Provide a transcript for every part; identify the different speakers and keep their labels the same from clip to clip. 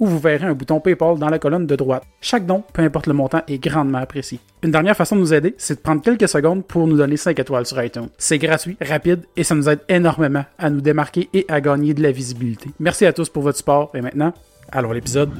Speaker 1: où vous verrez un bouton PayPal dans la colonne de droite. Chaque don, peu importe le montant, est grandement apprécié. Une dernière façon de nous aider, c'est de prendre quelques secondes pour nous donner 5 étoiles sur iTunes. C'est gratuit, rapide et ça nous aide énormément à nous démarquer et à gagner de la visibilité. Merci à tous pour votre support et maintenant, allons à l'épisode.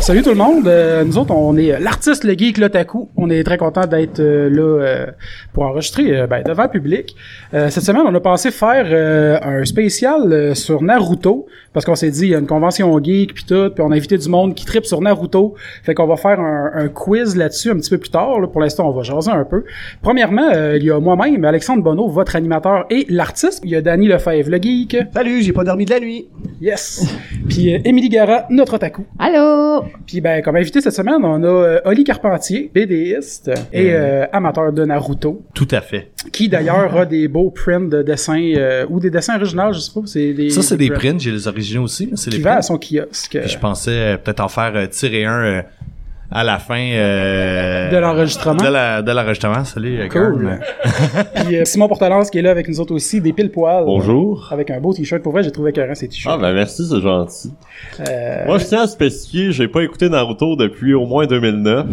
Speaker 1: Salut tout le monde, Euh, nous autres on est euh, l'artiste, le geek, l'otaku, on est très content d'être euh, là euh, pour enregistrer euh, ben, devant le public. Euh, cette semaine on a pensé faire euh, un spécial euh, sur Naruto, parce qu'on s'est dit il y a une convention geek puis tout, puis on a invité du monde qui tripe sur Naruto, fait qu'on va faire un, un quiz là-dessus un petit peu plus tard, là. pour l'instant on va jaser un peu. Premièrement, euh, il y a moi-même, Alexandre Bonneau, votre animateur et l'artiste, il y a Danny Lefebvre, le geek,
Speaker 2: Salut, j'ai pas dormi de la nuit.
Speaker 1: yes, puis euh, Émilie Gara, notre otaku.
Speaker 3: Allô?
Speaker 1: Puis ben, comme invité cette semaine, on a euh, Oli Carpentier, BDiste
Speaker 4: Mm.
Speaker 1: et euh, amateur de Naruto,
Speaker 4: Tout à fait.
Speaker 1: qui d'ailleurs a des beaux prints de dessins euh, ou des dessins originaux, je sais pas, c'est des
Speaker 4: Ça, c'est des prints. J'ai les originaux aussi. mais C'est
Speaker 1: qui
Speaker 4: des
Speaker 1: va
Speaker 4: prints.
Speaker 1: à son kiosque euh,
Speaker 4: Puis je pensais euh, peut-être en faire euh, tirer un euh, à la fin euh,
Speaker 1: de l'enregistrement.
Speaker 4: de la- de l'enregistrement. Salut, euh,
Speaker 1: Cool.
Speaker 4: Gordon.
Speaker 1: Puis euh, Simon Portalance qui est là avec nous autres aussi, des pile poils.
Speaker 5: Bonjour.
Speaker 1: Avec un beau t-shirt. Pour vrai, j'ai trouvé carrément ces
Speaker 5: Ah
Speaker 1: t-shirts.
Speaker 5: ben merci, c'est gentil.
Speaker 1: Euh,
Speaker 5: Moi je tiens à spécifier, j'ai pas écouté Naruto depuis au moins 2009.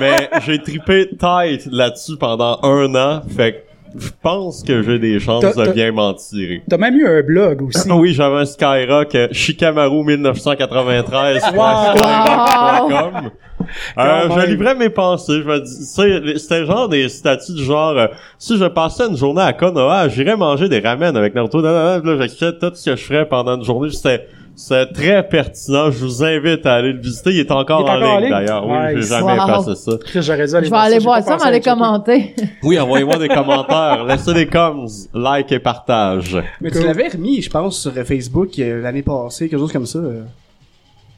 Speaker 5: mais j'ai tripé tight là-dessus pendant un an, fait que je pense que j'ai des chances
Speaker 1: T'as- t'as-
Speaker 5: de bien m'en tirer.
Speaker 4: Ah.
Speaker 1: T'as même eu un blog aussi.
Speaker 5: Ah Oui, j'avais un Skyrock euh, Shikamaru 1993. .skyrock.com. Euh,
Speaker 1: Quand même.
Speaker 5: je livrais mes pensées. Je me dis, c'est- c'était genre des statuts du genre, euh, si je passais une journée à Konoha, j'irais manger des ramen avec Naruto. Nan, nan, nan. Là, j'expliquais tout ce que je ferais pendant une journée. C'était, c'était très pertinent. Je vous invite à aller le visiter. Il est encore,
Speaker 1: Il est
Speaker 5: en,
Speaker 1: encore en
Speaker 5: ligne,
Speaker 1: ligne?
Speaker 5: d'ailleurs. Oui,
Speaker 1: Nice.
Speaker 5: j'ai jamais
Speaker 3: Wow.
Speaker 5: passé ça.
Speaker 1: Chris, j'aurais dû aller
Speaker 3: Je vais
Speaker 1: voir
Speaker 3: aller
Speaker 1: j'ai
Speaker 3: voir
Speaker 1: pas
Speaker 3: ça,
Speaker 1: pensé
Speaker 3: mais
Speaker 1: à
Speaker 3: aller
Speaker 1: le checker.
Speaker 3: commenter.
Speaker 5: Oui, envoyez-moi des commentaires. Laissez des coms, like et partage.
Speaker 2: Mais
Speaker 1: Cool.
Speaker 2: tu l'avais remis, je pense, sur euh, Facebook euh, l'année passée, quelque chose comme ça. euh.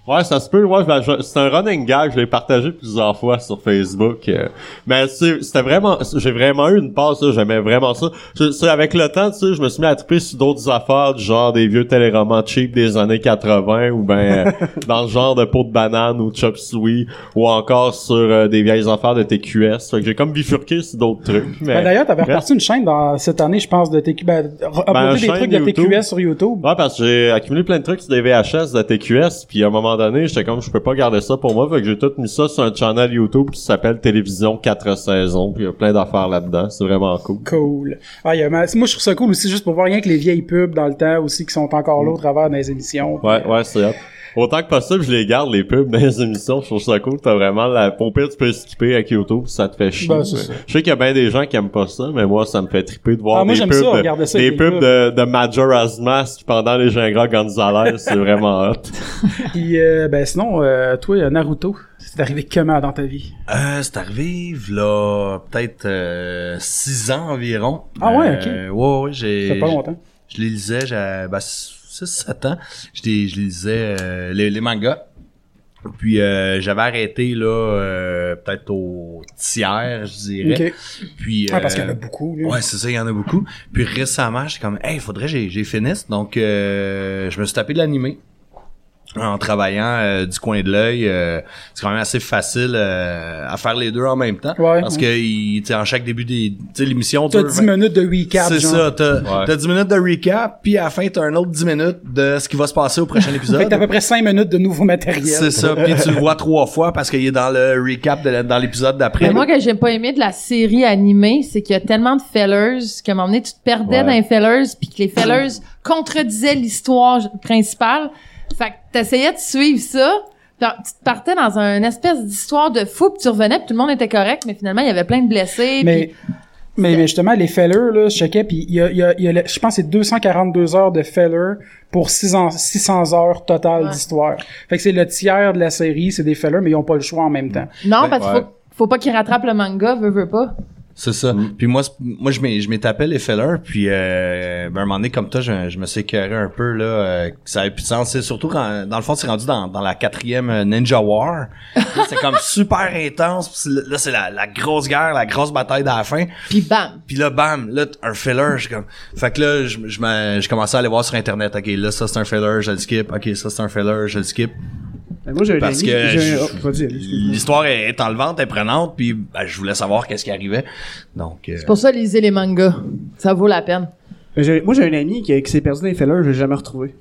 Speaker 5: Ouais, ça se peut. Ouais, ben, je- c'est un running gag. Je l'ai partagé plusieurs fois sur Facebook. euh, mais c'est- c'était vraiment, j'ai vraiment eu une passe. là, J'aimais vraiment ça. Je- c'est avec le temps, tu sais, je me suis mis à triper sur d'autres affaires, du genre des vieux téléromans cheap des années 80 ou ben euh, dans le genre de peau de banane ou chop suey ou encore sur euh, des vieilles affaires de TQS. Fait que j'ai comme bifurqué sur d'autres trucs. Mais
Speaker 1: Ben, D'ailleurs, t'avais
Speaker 5: Bref.
Speaker 1: reparti une chaîne dans, cette année, je pense, de TQ, ben, re- uploader des
Speaker 5: chaîne
Speaker 1: trucs de
Speaker 5: YouTube.
Speaker 1: TQS sur YouTube.
Speaker 5: Ouais, parce que j'ai accumulé plein de trucs sur des VHS de TQS, puis à un moment donné, j'étais comme, je peux pas garder ça pour moi, fait que j'ai tout mis ça sur un channel YouTube qui s'appelle Télévision 4 saisons, puis il y a plein d'affaires là-dedans, c'est vraiment cool.
Speaker 1: Cool. Ah, il y a- moi, je trouve ça cool aussi, juste pour voir rien que les vieilles pubs dans le temps aussi qui sont encore là au travers des émissions.
Speaker 5: Ouais, ouais, c'est hot. Autant que possible, je les garde, les pubs, dans les émissions, je trouve ça cool, t'as vraiment la... Au pire, tu peux skipper avec YouTube, ça te fait chier.
Speaker 1: Ben, c'est ça.
Speaker 5: mais- je sais qu'il y a bien des gens qui aiment pas ça, mais moi, ça me fait triper de voir
Speaker 1: Ah, moi,
Speaker 5: des
Speaker 1: j'aime
Speaker 5: pubs,
Speaker 1: ça, regarder ça
Speaker 5: des
Speaker 1: avec les
Speaker 5: pubs de, de Majora's Mask pendant les Gingras Gonzalez, c'est vraiment hot.
Speaker 1: Puis, euh, ben, sinon, euh, toi, euh, Naruto, c'est arrivé comment dans ta vie?
Speaker 4: Euh, c'est arrivé là peut-être euh, six ans environ.
Speaker 1: Ah ouais, ok.
Speaker 4: Euh, ouais, ouais, j'ai.
Speaker 1: Ça fait pas longtemps.
Speaker 4: Je les lisais, j'avais ben, 6-7 ans. Je les, je les lisais euh, les, les mangas. Puis euh, j'avais arrêté là euh, peut-être au tiers, je dirais.
Speaker 1: Ok.
Speaker 4: Puis,
Speaker 1: Ah, parce
Speaker 4: euh,
Speaker 1: qu'il y en a beaucoup, là.
Speaker 4: Ouais, c'est ça, il y en a beaucoup. Puis récemment, j'étais comme, hey, faudrait que j'ai- j'ai finisse. Donc, euh, je me suis tapé de l'animé en travaillant euh, du coin de l'œil. euh, c'est quand même assez facile euh, à faire les deux en même temps.
Speaker 1: Ouais,
Speaker 4: parce
Speaker 1: ouais.
Speaker 4: que il- tu sais, en chaque début des tu sais, l'émission,
Speaker 1: T'as
Speaker 4: dure
Speaker 1: 10
Speaker 4: vingt-
Speaker 1: minutes de recap,
Speaker 4: c'est
Speaker 1: genre.
Speaker 4: ça, t'as
Speaker 5: Ouais.
Speaker 4: t'as 10 minutes de recap, puis à la fin, t'as un autre 10 minutes de ce qui va se passer au prochain
Speaker 1: Fait que t'as à
Speaker 4: épisode.
Speaker 1: peu près 5 minutes de nouveau matériel.
Speaker 4: C'est ça, puis tu le vois trois fois parce qu'il est dans le recap de la- dans l'épisode d'après.
Speaker 3: Mais moi, que j'ai pas aimé de la série animée, c'est qu'il y a tellement de fellers que, à un moment donné, tu te perdais
Speaker 5: Ouais.
Speaker 3: dans les fellers puis que les fellers contredisaient l'histoire principale. Fait que t'essayais de suivre ça. puis Tu te partais dans un espèce d'histoire de fou, puis tu revenais, puis tout le monde était correct, mais finalement, il y avait plein de blessés.
Speaker 1: Mais,
Speaker 3: puis-
Speaker 1: mais, mais justement, les fellers, là, je checkais, puis il y a, il y a, il y a le- je pense que c'est 242 heures de fellers pour 600, 600 heures totales
Speaker 3: Ouais.
Speaker 1: d'histoire. Fait que c'est le tiers de la série, c'est des fellers, mais ils ont pas le choix en même temps.
Speaker 3: Non, parce qu'il
Speaker 4: ouais.
Speaker 3: faut faut pas qu'il rattrape le manga, veut, veut pas.
Speaker 4: C'est ça.
Speaker 2: Mm.
Speaker 4: Puis moi, c'est- moi je m'ai- je m'étais appelé les Feller, puis euh, ben, un moment donné, comme toi, je, je me suis écœuré un peu, là, euh, que ça avait plus de sens. C'est surtout, quand, dans le fond, c'est rendu dans, dans la quatrième euh, Ninja War. Là, c'est comme super intense, puis c'est- là, c'est la, la grosse guerre, la grosse bataille de la fin.
Speaker 3: Puis bam!
Speaker 4: Puis là, bam, là, t- un filler, je suis comme... Fait que là, je, je, me- je commençais à aller voir sur Internet, OK, là, ça, c'est un filler, je le skip. OK, ça, c'est un filler, je le skip.
Speaker 2: Ben, moi, j'ai un
Speaker 4: Parce
Speaker 2: ami.
Speaker 4: que
Speaker 2: j'ai un-
Speaker 4: je-
Speaker 2: oh, vas-y, allez, excuse-moi.
Speaker 4: l'histoire est, est enlevante, est prenante, puis ben, je voulais savoir qu'est-ce qui arrivait. Donc, euh,
Speaker 3: C'est pour ça, lisez les mangas. Ça vaut la peine.
Speaker 2: Ben, j'ai- Moi, j'ai un ami qui, qui s'est perdu dans les fellers, je l'ai jamais retrouvé.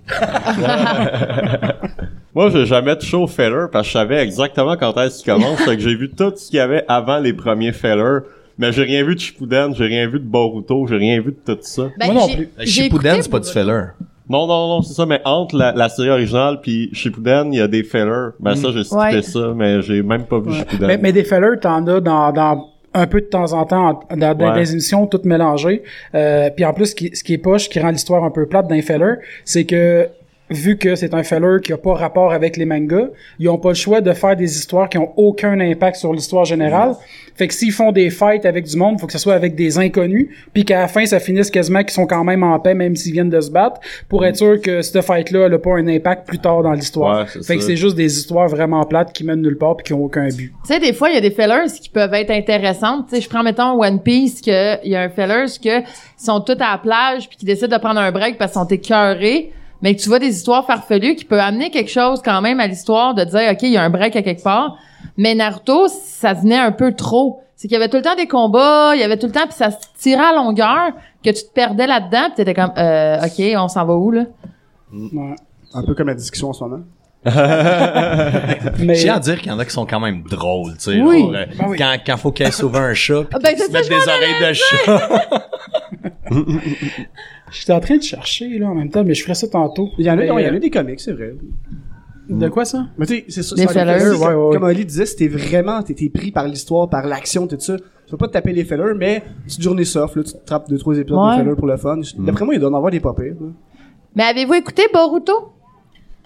Speaker 5: Moi, j'ai jamais touché au Feller parce que je savais exactement quand est-ce qu'il commence. fait que j'ai vu tout ce qu'il y avait avant les premiers Feller. Mais j'ai rien vu de Shippuden, j'ai rien vu de Boruto, j'ai rien vu de tout ça.
Speaker 3: Ben,
Speaker 1: Moi non
Speaker 3: j'ai-
Speaker 1: plus.
Speaker 3: j'ai
Speaker 4: Shippuden,
Speaker 3: écouté
Speaker 4: c'est pas du filler.
Speaker 5: Non, non, non, c'est ça, mais entre la, la série originale puis Shippuden, il y a des Feller. Ben ça, j'ai cité
Speaker 3: Ouais.
Speaker 5: ça, mais j'ai même pas vu Shippuden.
Speaker 1: Mm. Mais, mais des fellers, t'en as dans, dans un peu de temps en temps, en- dans, dans
Speaker 5: Ouais.
Speaker 1: des émissions toutes mélangées. Euh, puis en plus, ce qui, ce qui est poche, qui rend l'histoire un peu plate d'un feller, c'est que vu que c'est un feller qui a pas rapport avec les mangas, ils ont pas le choix de faire des histoires qui ont aucun impact sur l'histoire générale.
Speaker 5: Mm-hmm.
Speaker 1: Fait que s'ils font des fights avec du monde, faut que ce soit avec des inconnus, puis qu'à la fin ça finisse quasiment qu'ils sont quand même en paix même s'ils viennent de se battre, pour être sûr que cette fight là elle a pas un impact plus tard dans l'histoire.
Speaker 5: Mm-hmm. Ouais,
Speaker 1: fait
Speaker 5: c'est
Speaker 1: que
Speaker 5: ça.
Speaker 1: c'est juste des histoires vraiment plates qui mènent nulle part puis qui ont aucun but.
Speaker 3: Tu sais, des fois, il y a des fellers qui peuvent être intéressantes. Tu sais, je prends, mettons, One Piece, que il y a un fellers que ils sont tous à la plage puis qui décident de prendre un break parce qu'ils sont écœurés. Mais que tu vois des histoires farfelues qui peuvent amener quelque chose quand même à l'histoire de dire, OK, il y a un break à quelque part. Mais Naruto, ça venait un peu trop. C'est qu'il y avait tout le temps des combats, il y avait tout le temps, puis ça se tirait à longueur, que tu te perdais là-dedans, puis t'étais comme, euh, OK, on s'en va où, là?
Speaker 1: Ouais.
Speaker 2: Un peu comme la discussion en ce moment.
Speaker 1: Mais
Speaker 4: J'ai à dire qu'il y en a qui sont quand même drôles, tu sais.
Speaker 1: Oui.
Speaker 4: genre, euh,
Speaker 1: Ben oui.
Speaker 4: Quand, quand faut qu'elle sauve un chat, puis
Speaker 3: Ah, ben,
Speaker 4: qu'ils
Speaker 3: c'est
Speaker 4: se
Speaker 3: ça,
Speaker 4: mettent
Speaker 3: je
Speaker 4: des oreilles de chat.
Speaker 1: j'étais en train de chercher là en même temps, mais je ferai ça tantôt.
Speaker 2: Il y en a,
Speaker 1: Mais,
Speaker 2: non, il y en
Speaker 1: euh,
Speaker 2: a des comics, c'est vrai.
Speaker 1: De quoi ça?
Speaker 2: Mais tu sais, c'est ça.
Speaker 3: Des
Speaker 2: ça, les
Speaker 3: fellers,
Speaker 2: fellers,
Speaker 1: ouais, ouais, ouais.
Speaker 2: Comme Oli disait, si t'es vraiment, t'es t'es pris par l'histoire, par l'action, tout ça, tu peux pas te taper les fellers, mais petite journée soft, là, tu te trappes deux, trois épisodes
Speaker 3: Ouais.
Speaker 2: de fellers pour le fun. D'après moi, il doit en avoir des pas pires, là.
Speaker 3: Mais avez-vous écouté Boruto?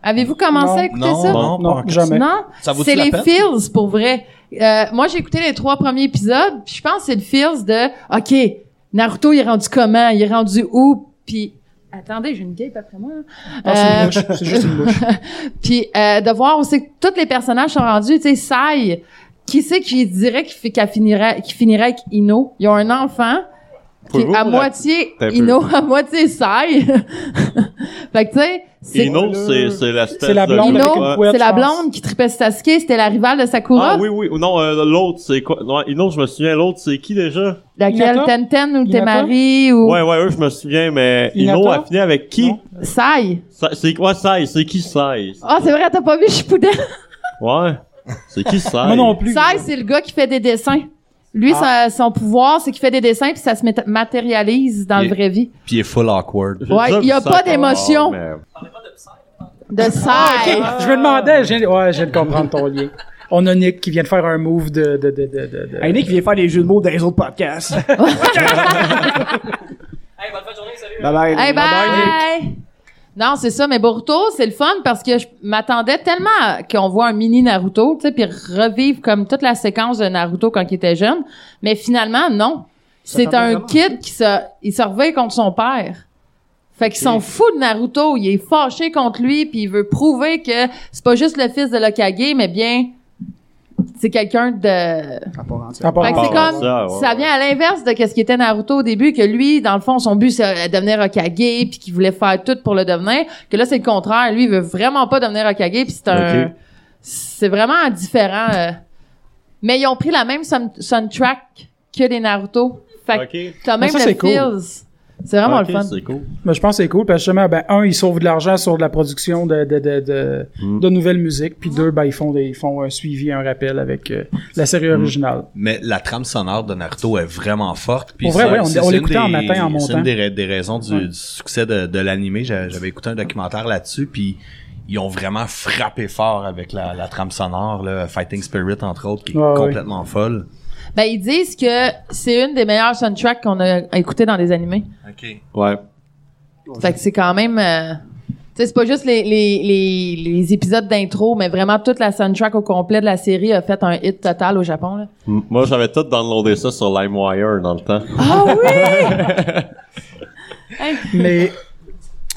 Speaker 3: Avez-vous commencé
Speaker 1: Non.
Speaker 3: à écouter
Speaker 4: Non,
Speaker 3: ça?
Speaker 4: non, pas
Speaker 1: Non,
Speaker 4: encore.
Speaker 1: jamais.
Speaker 3: Non,
Speaker 4: Ça vaut-tu
Speaker 3: c'est
Speaker 4: la
Speaker 3: les
Speaker 4: peine?
Speaker 3: feels pour vrai. Euh, moi, j'ai écouté les trois premiers épisodes, puis je pense que c'est le feels de OK, Naruto, il est rendu comment, il est rendu où, puis attendez, j'ai une gape après moi. là.
Speaker 1: Ah, c'est
Speaker 3: Euh,
Speaker 1: une bouche, c'est juste une bouche.
Speaker 3: puis euh, de voir aussi que tous les personnages sont rendus, tu sais, Sai, qui c'est qui dirait qu'il fait- qu'elle finirait, qu'il finirait avec Ino? Ils ont un enfant qui
Speaker 5: Pouvez-vous
Speaker 3: est à
Speaker 5: la-
Speaker 3: moitié
Speaker 5: T'as un peu.
Speaker 3: Ino, à moitié Sai. fait que tu sais, c'est
Speaker 5: Ino, c'est c'est l'espèce
Speaker 1: C'est la
Speaker 5: de-
Speaker 1: blonde
Speaker 3: Ino,
Speaker 1: avec une
Speaker 5: Ouais.
Speaker 1: couette,
Speaker 3: c'est la
Speaker 1: je pense.
Speaker 3: blonde qui tripait Sasuke, c'était la rivale de Sakura.
Speaker 5: Ah oui, oui. ou Non, euh, l'autre, c'est quoi? Non, Ino, je me souviens, l'autre, c'est qui déjà?
Speaker 3: Laquelle
Speaker 1: Hinata?
Speaker 3: Tenten ou
Speaker 1: Hinata?
Speaker 3: Temari ou
Speaker 5: Ouais, ouais, eux, je me souviens, mais Ino
Speaker 1: Hinata?
Speaker 5: a fini avec qui?
Speaker 1: Non.
Speaker 3: Sai.
Speaker 5: Sa- C'est quoi Sai? C'est qui Sai?
Speaker 3: Ah, c'est vrai, t'as pas vu Shippuden?
Speaker 5: Ouais. C'est qui Sai?
Speaker 1: Moi non plus.
Speaker 3: Sai, c'est le gars qui fait des dessins. Lui, sa- son pouvoir, c'est qu'il fait des dessins puis ça se mét- matérialise dans
Speaker 4: Il-
Speaker 3: la vraie vie.
Speaker 4: Puis il est full awkward.
Speaker 5: J'ai
Speaker 3: Ouais,
Speaker 5: déjà
Speaker 3: il y a
Speaker 5: vu ça
Speaker 3: pas
Speaker 5: encore,
Speaker 3: d'émotion.
Speaker 5: mais-
Speaker 3: De Sai.
Speaker 1: Je me demandais, je viens, ouais, je viens de comprendre ton lien. On a Nick qui vient de faire un move de. de, de, de, de, de-
Speaker 2: Hey, Nick vient faire des jeux de mots dans les autres podcasts. Bye bye.
Speaker 3: Hey, bye! Non, c'est ça, mais Boruto, c'est le fun parce que je m'attendais tellement à- qu'on voit un mini Naruto, tu sais, puis revivre comme toute la séquence de Naruto quand il était jeune. Mais finalement, non. C'est
Speaker 2: t'en
Speaker 3: un
Speaker 2: vraiment.
Speaker 3: kid qui se, il se réveille contre son père. Fait qu'ils sont fous de Naruto. Il est fâché contre lui, puis il veut prouver que c'est pas juste le fils de Lokage, mais bien, c'est quelqu'un de,
Speaker 2: À part entière.
Speaker 1: À part-
Speaker 3: fait que
Speaker 5: Ah,
Speaker 3: c'est comme
Speaker 5: ça,
Speaker 3: ça,
Speaker 5: ouais, ouais.
Speaker 3: vient à l'inverse de qu'est-ce qui était Naruto au début que lui dans le fond son but c'est de devenir Hokage puis qu'il voulait faire tout pour le devenir que là c'est le contraire lui il veut vraiment pas devenir Hokage puis c'est un
Speaker 5: Ok.
Speaker 3: c'est vraiment différent euh. mais ils ont pris la même son- soundtrack que les Naruto fait que
Speaker 5: Ok.
Speaker 3: t'as
Speaker 1: Mais
Speaker 3: même
Speaker 1: ça,
Speaker 3: le
Speaker 1: c'est cool.
Speaker 3: feels c'est vraiment
Speaker 5: Ok,
Speaker 3: le fun
Speaker 5: C'est cool.
Speaker 1: Mais je pense que c'est cool parce que justement, ben, un, ils sauvent de l'argent sur de la production de, de, de, de, de nouvelles musiques, puis deux, ben, ils font, des, ils font un suivi, un rappel avec euh, la série originale.
Speaker 4: Mais la trame sonore de Naruto est vraiment forte. Puis
Speaker 1: Pour vrai,
Speaker 4: ça,
Speaker 1: ouais, on-
Speaker 4: c'est-
Speaker 1: on
Speaker 4: c'est
Speaker 1: l'écoutait
Speaker 4: une
Speaker 1: en
Speaker 4: des-
Speaker 1: matin en
Speaker 4: C'est
Speaker 1: montant.
Speaker 4: une des, ra- des raisons du,
Speaker 1: Ouais.
Speaker 4: du succès de, de l'animé. J'a- J'avais écouté un documentaire là-dessus, puis ils ont vraiment frappé fort avec la, la trame sonore, là, Fighting Spirit, entre autres, qui est
Speaker 1: Ouais, ouais.
Speaker 4: complètement folle.
Speaker 3: ben ils disent que c'est une des meilleures soundtracks qu'on a écouté dans les animés
Speaker 4: OK.
Speaker 5: Ouais.
Speaker 3: fait que c'est quand même euh, sais, c'est pas juste les, les, les, les épisodes d'intro, mais vraiment toute la soundtrack au complet de la série a fait un hit total au Japon. Là.
Speaker 5: M- Moi, j'avais tout downloadé ça sur LimeWire dans le temps.
Speaker 3: Ah oui! Hey,
Speaker 1: Mais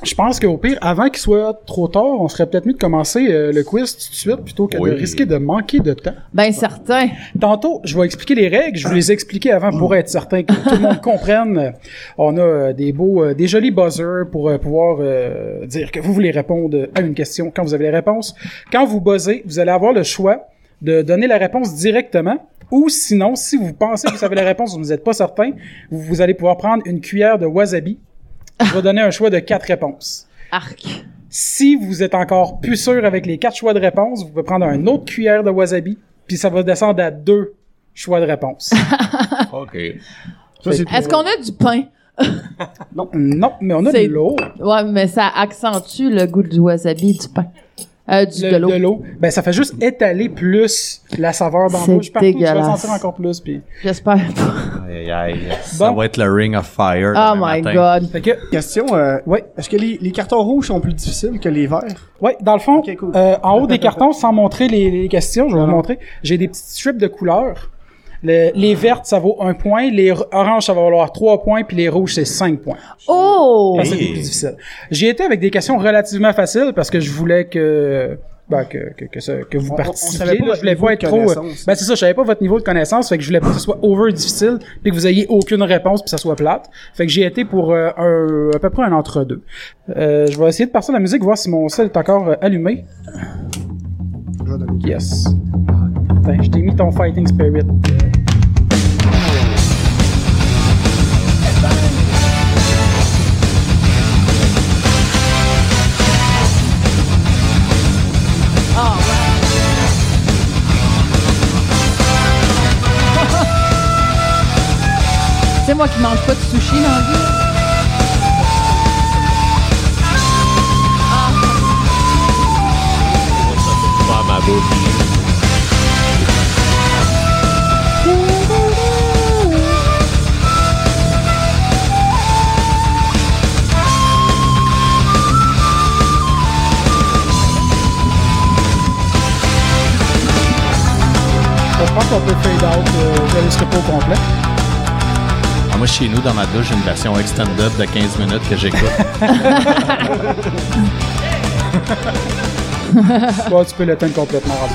Speaker 1: je pense qu'au pire, avant qu'il soit trop tard, on serait peut-être mieux de commencer euh, le quiz tout de suite plutôt que
Speaker 5: Oui.
Speaker 1: de risquer de manquer de temps.
Speaker 3: ben certain.
Speaker 1: Tantôt, je vais expliquer les règles. Je vous les ai expliquées avant pour être certain que tout le monde comprenne. On a euh, des beaux, euh, des jolis buzzers pour euh, pouvoir euh, dire que vous voulez répondre à une question quand vous avez les réponses. Quand vous buzzez, vous allez avoir le choix de donner la réponse directement. Ou sinon, si vous pensez que vous savez la réponse ou vous n'êtes pas certain, vous, vous allez pouvoir prendre une cuillère de wasabi. Je vais donner un choix de quatre réponses.
Speaker 3: Arc.
Speaker 1: Si vous êtes encore plus sûr avec les quatre choix de réponse, vous pouvez prendre une autre cuillère de wasabi, puis ça va descendre à deux choix de réponse.
Speaker 4: OK.
Speaker 2: Ça, c'est
Speaker 3: Est-ce qu'on a du pain?
Speaker 1: non, non, mais on a
Speaker 3: C'est-
Speaker 1: de l'eau.
Speaker 3: Ouais, mais ça accentue le goût du wasabi et du pain. Euh, du,
Speaker 1: Le-
Speaker 3: de l'eau.
Speaker 1: de l'eau. Ben, ça fait juste étaler plus la saveur dans la
Speaker 3: C'est
Speaker 1: bouche partout. Tu vas
Speaker 3: dégueulasse.
Speaker 1: sentir encore plus. Puis...
Speaker 3: J'espère pas.
Speaker 4: Aïe, aïe, aïe. Ça
Speaker 1: Bon.
Speaker 4: va être le Ring of Fire.
Speaker 3: Oh
Speaker 4: demain
Speaker 3: my
Speaker 4: matin.
Speaker 3: god.
Speaker 1: Fait que,
Speaker 2: Question, euh,
Speaker 1: ouais.
Speaker 2: est-ce que les, les cartons rouges sont plus difficiles que les verts?
Speaker 1: Ouais, dans le fond,
Speaker 2: Ok, cool.
Speaker 1: euh, en haut des cartons, sans montrer les, les questions, je vais vous
Speaker 2: Non.
Speaker 1: montrer. J'ai des petites strips de couleurs. Le- les vertes, ça vaut un point. Les r- oranges, ça va valoir trois points. Puis les rouges, c'est cinq points.
Speaker 3: Oh!
Speaker 1: Parce que c'est plus difficile. J'y étais avec des questions relativement faciles parce que je voulais que ben, que, que, que, ça- que vous
Speaker 2: On- on- on savait
Speaker 1: participiez.
Speaker 2: pas
Speaker 1: là.
Speaker 2: votre
Speaker 1: je voulais
Speaker 2: niveau
Speaker 1: pas
Speaker 2: de
Speaker 1: être trop. euh,
Speaker 2: connaissance.
Speaker 1: Ben c'est ça, je savais pas votre niveau de connaissance, fait que je voulais pas que ce soit over difficile, puis que vous ayez aucune réponse, puis que ça soit plate. Fait que j'y étais pour euh, un, à peu près un entre deux. Euh, je vais essayer de partir la musique, voir si mon sel est encore euh, allumé.
Speaker 2: Je vais donner.
Speaker 1: Yes. Attends, je t'ai mis ton fighting spirit.
Speaker 3: C'est moi qui mange pas de sushi dans la vie.
Speaker 5: Pas à ma bouche.
Speaker 1: Je pense qu'on peut fade out, euh, je ne serai pas au complet.
Speaker 4: Ah, moi, chez nous, dans ma douche, j'ai une version extended de 15 minutes que j'écoute.
Speaker 1: Ouais, tu peux l'éteindre complètement rendu.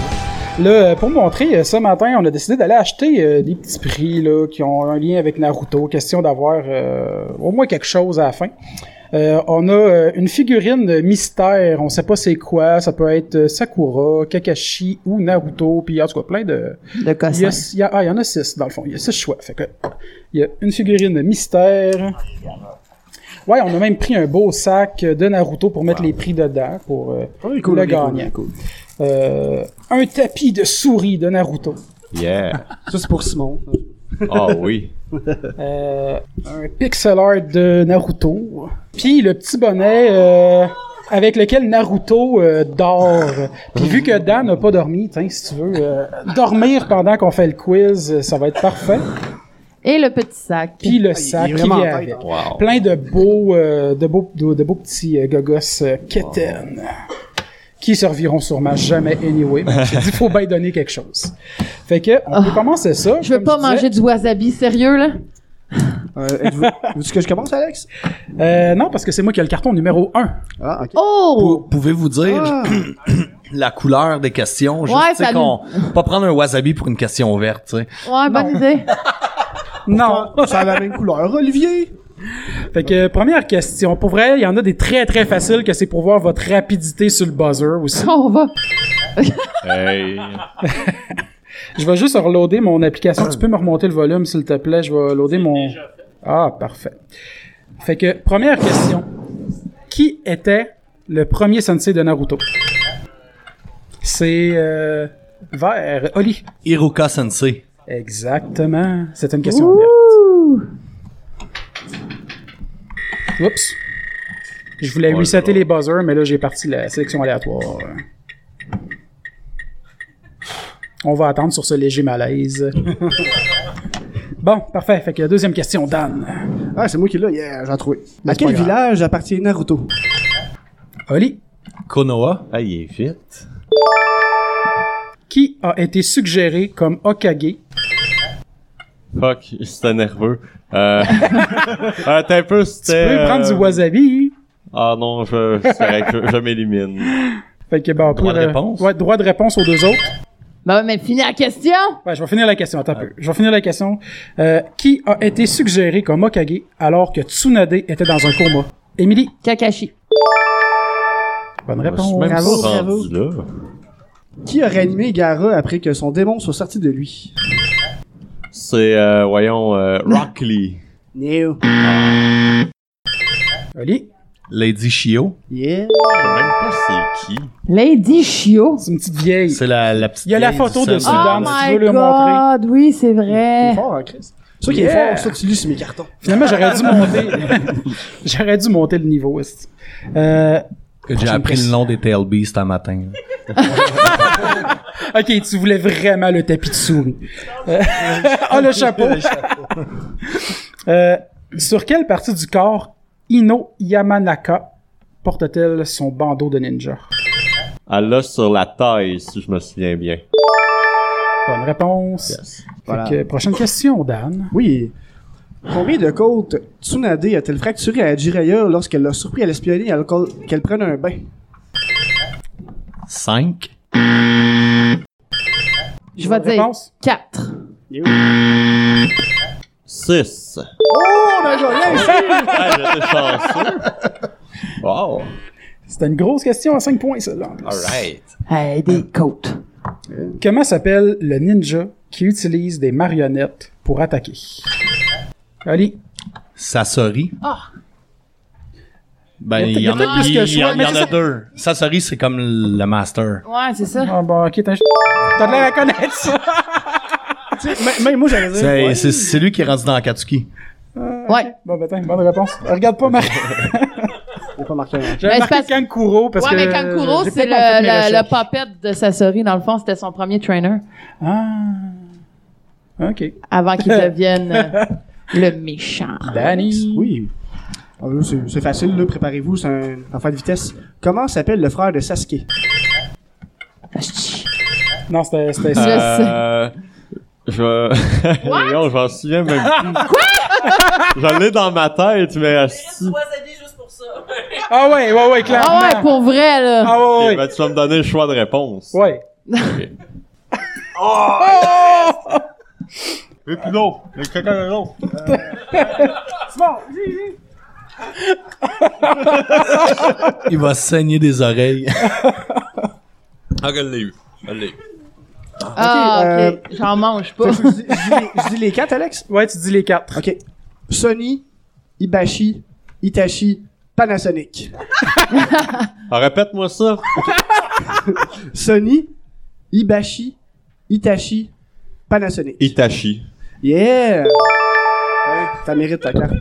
Speaker 1: Là, euh, pour montrer, euh, ce matin, on a décidé d'aller acheter euh, des petits prix là, qui ont un lien avec Naruto, question d'avoir euh, au moins quelque chose à la fin. Euh, on a euh, une figurine de mystère, on sait pas c'est quoi, ça peut être euh, Sakura, Kakashi ou Naruto, puis en tout cas plein de...
Speaker 3: De
Speaker 1: Il y, a,
Speaker 3: cossin.
Speaker 1: il y a- ah, il y en a six dans le fond, il y a six choix. Fait que, il y a une figurine de mystère. Ouais, on a même pris un beau sac euh, de Naruto pour mettre les prix dedans, pour euh,
Speaker 2: Ah Oui,
Speaker 1: le
Speaker 2: oui,
Speaker 1: gagnant.
Speaker 2: cool, cool.
Speaker 1: Euh, un tapis de souris de Naruto.
Speaker 5: Yeah.
Speaker 2: Ça, c'est pour Simon.
Speaker 5: Ah oui.
Speaker 1: Euh, un pixel art de Naruto. Puis le petit bonnet euh, avec lequel Naruto euh, dort. Puis vu que Dan n'a pas dormi, tiens, si tu veux, euh, dormir pendant qu'on fait le quiz, euh, ça va être parfait.
Speaker 3: Et le petit sac.
Speaker 1: Puis le
Speaker 2: Ah, il-
Speaker 1: sac
Speaker 2: il est
Speaker 1: qui
Speaker 2: vraiment
Speaker 1: vient
Speaker 2: en tête,
Speaker 1: avec.
Speaker 2: hein.
Speaker 5: Wow.
Speaker 1: Plein de beaux, euh, de beaux, de, de beaux petits euh, gogos euh, keten. Qui serviront sûrement jamais anyway. mais Il faut bien donner quelque chose. Fait que, on peut commencer ça.
Speaker 3: Ah. je veux
Speaker 1: Comme
Speaker 3: pas
Speaker 1: disais,
Speaker 3: manger du wasabi, sérieux là?
Speaker 2: Euh, êtes-vous- Veux-tu que je commence, Alex?
Speaker 1: Euh, non, parce que c'est moi qui ai le carton numéro 1.
Speaker 2: Ah, ok.
Speaker 3: Oh!
Speaker 4: Pou- Pouvez-vous dire
Speaker 2: Ah.
Speaker 4: la couleur des questions? Juste,
Speaker 3: Ouais,
Speaker 4: tu sais,
Speaker 3: ça
Speaker 4: qu'on- Pas prendre un wasabi pour une question verte, tu sais.
Speaker 3: Ouais, bonne idée.
Speaker 1: Non.
Speaker 2: Ah, Ça a la même couleur, Olivier!
Speaker 1: Fait que, euh, première question. Pour vrai, il y en a des très très faciles que c'est pour voir votre rapidité sur le buzzer aussi.
Speaker 3: On va.
Speaker 5: Hey.
Speaker 1: Je vais juste reloader mon application. Tu peux me remonter le volume, s'il te plaît. Je vais loader mon... Ah, parfait. Fait que, première question. Qui était le premier sensei de Naruto? C'est... Euh, vert. Oli.
Speaker 4: Iruka Sensei.
Speaker 1: Exactement. C'est une question verte.
Speaker 3: Ouh!
Speaker 1: Oups. Je voulais
Speaker 5: Oh,
Speaker 1: resetter
Speaker 5: là.
Speaker 1: les buzzers, mais là, j'ai parti la sélection aléatoire. On va attendre sur ce léger malaise. bon, parfait. Fait que deuxième question, Dan.
Speaker 2: Ah, c'est moi qui l'ai, yeah, j'en ai trouvé. À
Speaker 1: c'est pas
Speaker 2: quel
Speaker 1: grave.
Speaker 2: village appartient Naruto?
Speaker 1: Oli,
Speaker 4: Konoha. Ah, il est vite.
Speaker 1: qui a été suggéré comme Okage?
Speaker 5: Fuck, c'était nerveux. Euh... euh, t'as un peu,
Speaker 1: Tu
Speaker 5: c'était...
Speaker 1: peux prendre du
Speaker 5: euh,
Speaker 1: wasabi.
Speaker 5: Ah non, je, c'est vrai que je, je m'élimine.
Speaker 1: Fait que, bon,
Speaker 4: Droit de
Speaker 1: pour, euh,
Speaker 4: réponse?
Speaker 1: ouais, droit de réponse aux deux autres.
Speaker 3: Ben ouais, mais finis la question!
Speaker 1: Ouais, je vais finir la question, attends un peu. Je vais finir la question. Euh, qui a été suggéré comme Okage alors que Tsunade était dans un coma? Émilie,
Speaker 3: Kakashi.
Speaker 1: bonne
Speaker 5: Je suis
Speaker 1: réponse.
Speaker 5: même
Speaker 2: Bravo,
Speaker 5: pas
Speaker 2: bravo.
Speaker 5: rendu là.
Speaker 2: Qui a réanimé Gara après que son démon soit sorti de lui?
Speaker 5: C'est, euh, voyons, euh, Rock Lee.
Speaker 2: Neo.
Speaker 1: Oli,
Speaker 4: Lady Shio.
Speaker 2: Yeah.
Speaker 5: Je sais même pas c'est qui.
Speaker 3: Lady Shio.
Speaker 1: c'est une petite vieille.
Speaker 4: C'est la, la petite.
Speaker 1: Il y a la
Speaker 4: vieille
Speaker 1: photo
Speaker 4: du
Speaker 1: de
Speaker 4: centre.
Speaker 1: Sudan.
Speaker 3: Oh
Speaker 1: si tu
Speaker 3: my
Speaker 1: veux le montrer.
Speaker 3: god, oui, c'est
Speaker 2: Il
Speaker 3: vrai.
Speaker 2: est fort, hein, Chris? C'est sûr qu'il est
Speaker 1: Yeah.
Speaker 2: fort, ça tu lis sur mes cartons.
Speaker 1: Finalement, j'aurais dû monter. j'aurais dû monter le niveau. esti. Euh,
Speaker 4: Que j'ai appris le nom des TLB ce matin.
Speaker 1: ok, tu voulais vraiment le tapis de souris. Euh, Ah, le chapeau. Euh, sur quelle partie du corps Ino Yamanaka porte-t-elle son bandeau de ninja?
Speaker 5: Elle l'a sur la taille, si je me souviens bien.
Speaker 1: Bonne réponse. Fait
Speaker 2: Voilà.
Speaker 1: que, prochaine question, Dan.
Speaker 2: Oui. Combien de côtes Tsunade a-t-elle fracturé à Jiraiya lorsqu'elle l'a surpris à l'espionner alors qu'elle- qu'elle prenait un bain?
Speaker 4: 5.
Speaker 3: Je vais dire
Speaker 1: Réponse?
Speaker 3: 4.
Speaker 2: Neo. Oh,
Speaker 5: 6. Oh,
Speaker 2: on a gagné!
Speaker 5: Ah, j'étais chanceux. Wow.
Speaker 1: C'était une grosse question à 5 points, celle-là. en plus.
Speaker 5: Ah
Speaker 4: Alright.
Speaker 3: Hey, des
Speaker 1: Ah.
Speaker 3: côtes.
Speaker 1: Comment s'appelle le ninja qui utilise des marionnettes pour attaquer? Allez,
Speaker 4: Sasori.
Speaker 3: Ah.
Speaker 4: Ben,
Speaker 1: Il
Speaker 4: il
Speaker 1: y
Speaker 4: y,
Speaker 1: a
Speaker 4: en
Speaker 1: peut-être
Speaker 4: a,
Speaker 1: plus
Speaker 4: il
Speaker 1: que
Speaker 4: y en-
Speaker 1: choix, mais
Speaker 4: il y en
Speaker 1: c'est
Speaker 4: a
Speaker 1: ça.
Speaker 4: deux. Sasori, c'est comme le master.
Speaker 3: Ouais, c'est ça.
Speaker 1: Ah bon, ok, t'as t'as de l'air à connaître ça.
Speaker 2: Même- Même moi, j'allais dire.
Speaker 4: C'est
Speaker 2: ouais.
Speaker 4: c'est- c'est lui qui est rendu dans Akatsuki.
Speaker 3: Ouais.
Speaker 1: Bon, ben, attends, bonne réponse. Regarde pas, Marie.
Speaker 2: J'ai pas marqué
Speaker 1: J'avais
Speaker 2: un.
Speaker 3: Ben,
Speaker 1: marqué
Speaker 3: c'est parce-
Speaker 1: Kankuro parce
Speaker 3: ouais,
Speaker 1: que.
Speaker 3: mais Kankuro,
Speaker 1: j'ai
Speaker 3: c'est
Speaker 1: peut-être
Speaker 3: le,
Speaker 1: pas fait mes
Speaker 3: le, le
Speaker 1: recherches.
Speaker 3: puppet de Sasori. Dans le fond, c'était son premier trainer
Speaker 1: Ah. Ok.
Speaker 3: avant qu'il devienne euh, le méchant.
Speaker 1: Danny.
Speaker 2: Oui. Ah, là, C'est c'est facile, là, préparez-vous, c'est un enfant de vitesse. Comment s'appelle le frère de Sasuke?
Speaker 3: Asti.
Speaker 1: Non, c'était. c'était-
Speaker 4: Ah.
Speaker 3: Je
Speaker 5: Euh, Je. Voyons, j'en souviens même plus. Quoi? J'en ai dans ma tête, mais. asti.
Speaker 1: Ah ouais, ouais, ouais, clairement.
Speaker 3: Ah ouais, pour vrai, là.
Speaker 1: Ah ouais, ouais,
Speaker 5: Ben, tu vas me donner le choix de réponse.
Speaker 1: ouais.
Speaker 5: Et puis non, il y a quelqu'un d'autre.
Speaker 4: Il va saigner des oreilles.
Speaker 5: Ah, je l'ai eu. Je l'ai eu.
Speaker 3: Ah,
Speaker 2: euh,
Speaker 3: ok. J'en mange pas.
Speaker 2: Fait que Je dis- je dis les- je dis les quatre, Alex?
Speaker 1: Ouais, tu dis les quatre.
Speaker 2: OK. Sony, Ibashi, Itachi, Panasonic.
Speaker 5: Ah, répète-moi ça.
Speaker 2: Sony, Ibashi, Itachi, Panasonic.
Speaker 5: Itachi.
Speaker 2: Yeah! Ouais, ça mérite ta carte.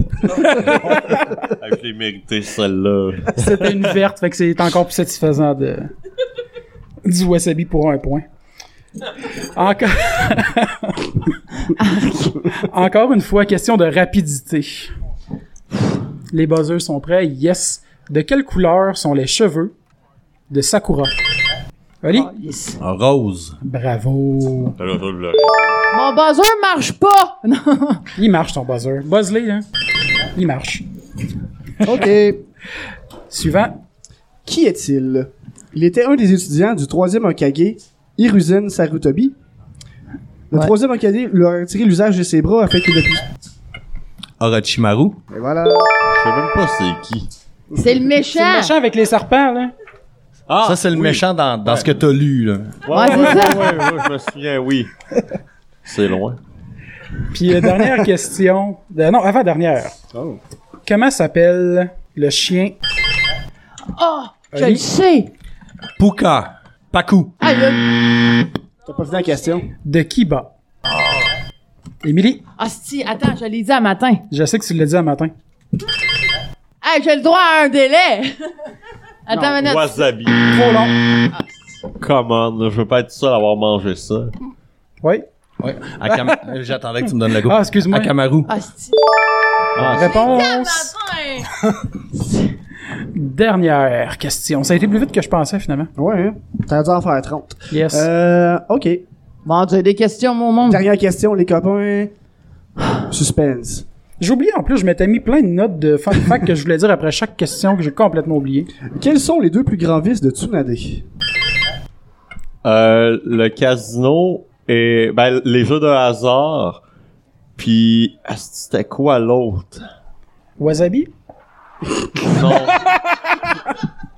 Speaker 5: Ah, je l'ai mérité, celle-là.
Speaker 1: C'était une verte, fait que c'est encore plus satisfaisant de. Du wasabi pour un point. Encore. Encore une fois, question de rapidité. Les buzzers sont prêts. Yes. De quelle couleur sont les cheveux de Sakura? Oli?
Speaker 4: Ah, Rose.
Speaker 1: Bravo.
Speaker 5: Celle-là, je l'aurais.
Speaker 3: Mon buzzer marche pas! Non.
Speaker 1: Il marche ton buzzer. Buzz-le, hein? Il marche.
Speaker 2: OK.
Speaker 1: Suivant.
Speaker 2: Qui est-il? Il était un des étudiants du troisième Okage, Hiruzen Sarutobi. Le
Speaker 3: Ouais.
Speaker 2: troisième Okage lui a retiré l'usage de ses bras afin qu'il ne puisse...
Speaker 4: Orochimaru.
Speaker 2: Et voilà.
Speaker 5: Je sais même pas c'est qui.
Speaker 3: C'est le
Speaker 1: C'est le
Speaker 3: méchant!
Speaker 1: méchant avec les serpents, là.
Speaker 5: Ah,
Speaker 4: ça, c'est le
Speaker 5: oui.
Speaker 4: méchant dans, dans ce que t'as lu, là.
Speaker 5: Ouais,
Speaker 3: Ouais,
Speaker 5: ouais,
Speaker 3: c'est ça.
Speaker 5: ouais, ouais, ouais, je me souviens, oui. C'est loin.
Speaker 1: Puis euh, dernière question. de- non, avant dernière.
Speaker 2: Oh.
Speaker 1: Comment s'appelle le chien
Speaker 3: Oh! Je
Speaker 1: Oli?
Speaker 3: le sais!
Speaker 4: Puka. Paku.
Speaker 3: Ah, le...
Speaker 2: T'as pas fini la question?
Speaker 1: de Kiba? Émilie,
Speaker 3: Asti, attends, je l'ai dit à matin.
Speaker 1: je sais que tu l'as dit un matin.
Speaker 3: Hey, j'ai le droit à un délai! attends, une minute.
Speaker 5: Wasabi.
Speaker 1: Trop long.
Speaker 5: Come on, là, je veux pas être seul à avoir mangé ça.
Speaker 1: Oui.
Speaker 4: Ouais. Akam- euh, J'attendais que tu me donnes le goût.
Speaker 1: Ah, excuse-moi.
Speaker 4: Akamaru.
Speaker 3: Asti.
Speaker 5: Ah,
Speaker 1: Réponse.
Speaker 3: Matin!
Speaker 1: Dernière question. Ça a été plus vite que je pensais, finalement.
Speaker 2: Ouais, hein. T'as dû en faire 30.
Speaker 1: Yes.
Speaker 2: Euh, OK.
Speaker 3: Bon, Dieu, des questions, mon monde.
Speaker 2: Dernière question, les copains. Suspense.
Speaker 1: J'ai oublié, en plus, je m'étais mis plein de notes de fun fact que je voulais dire après chaque question que j'ai complètement oublié.
Speaker 2: Quels sont les deux plus grands vices de Tsunade?
Speaker 5: Euh, le casino et ben, les jeux de hasard. Puis asti, c'était quoi l'autre
Speaker 1: Wasabi?
Speaker 5: Non.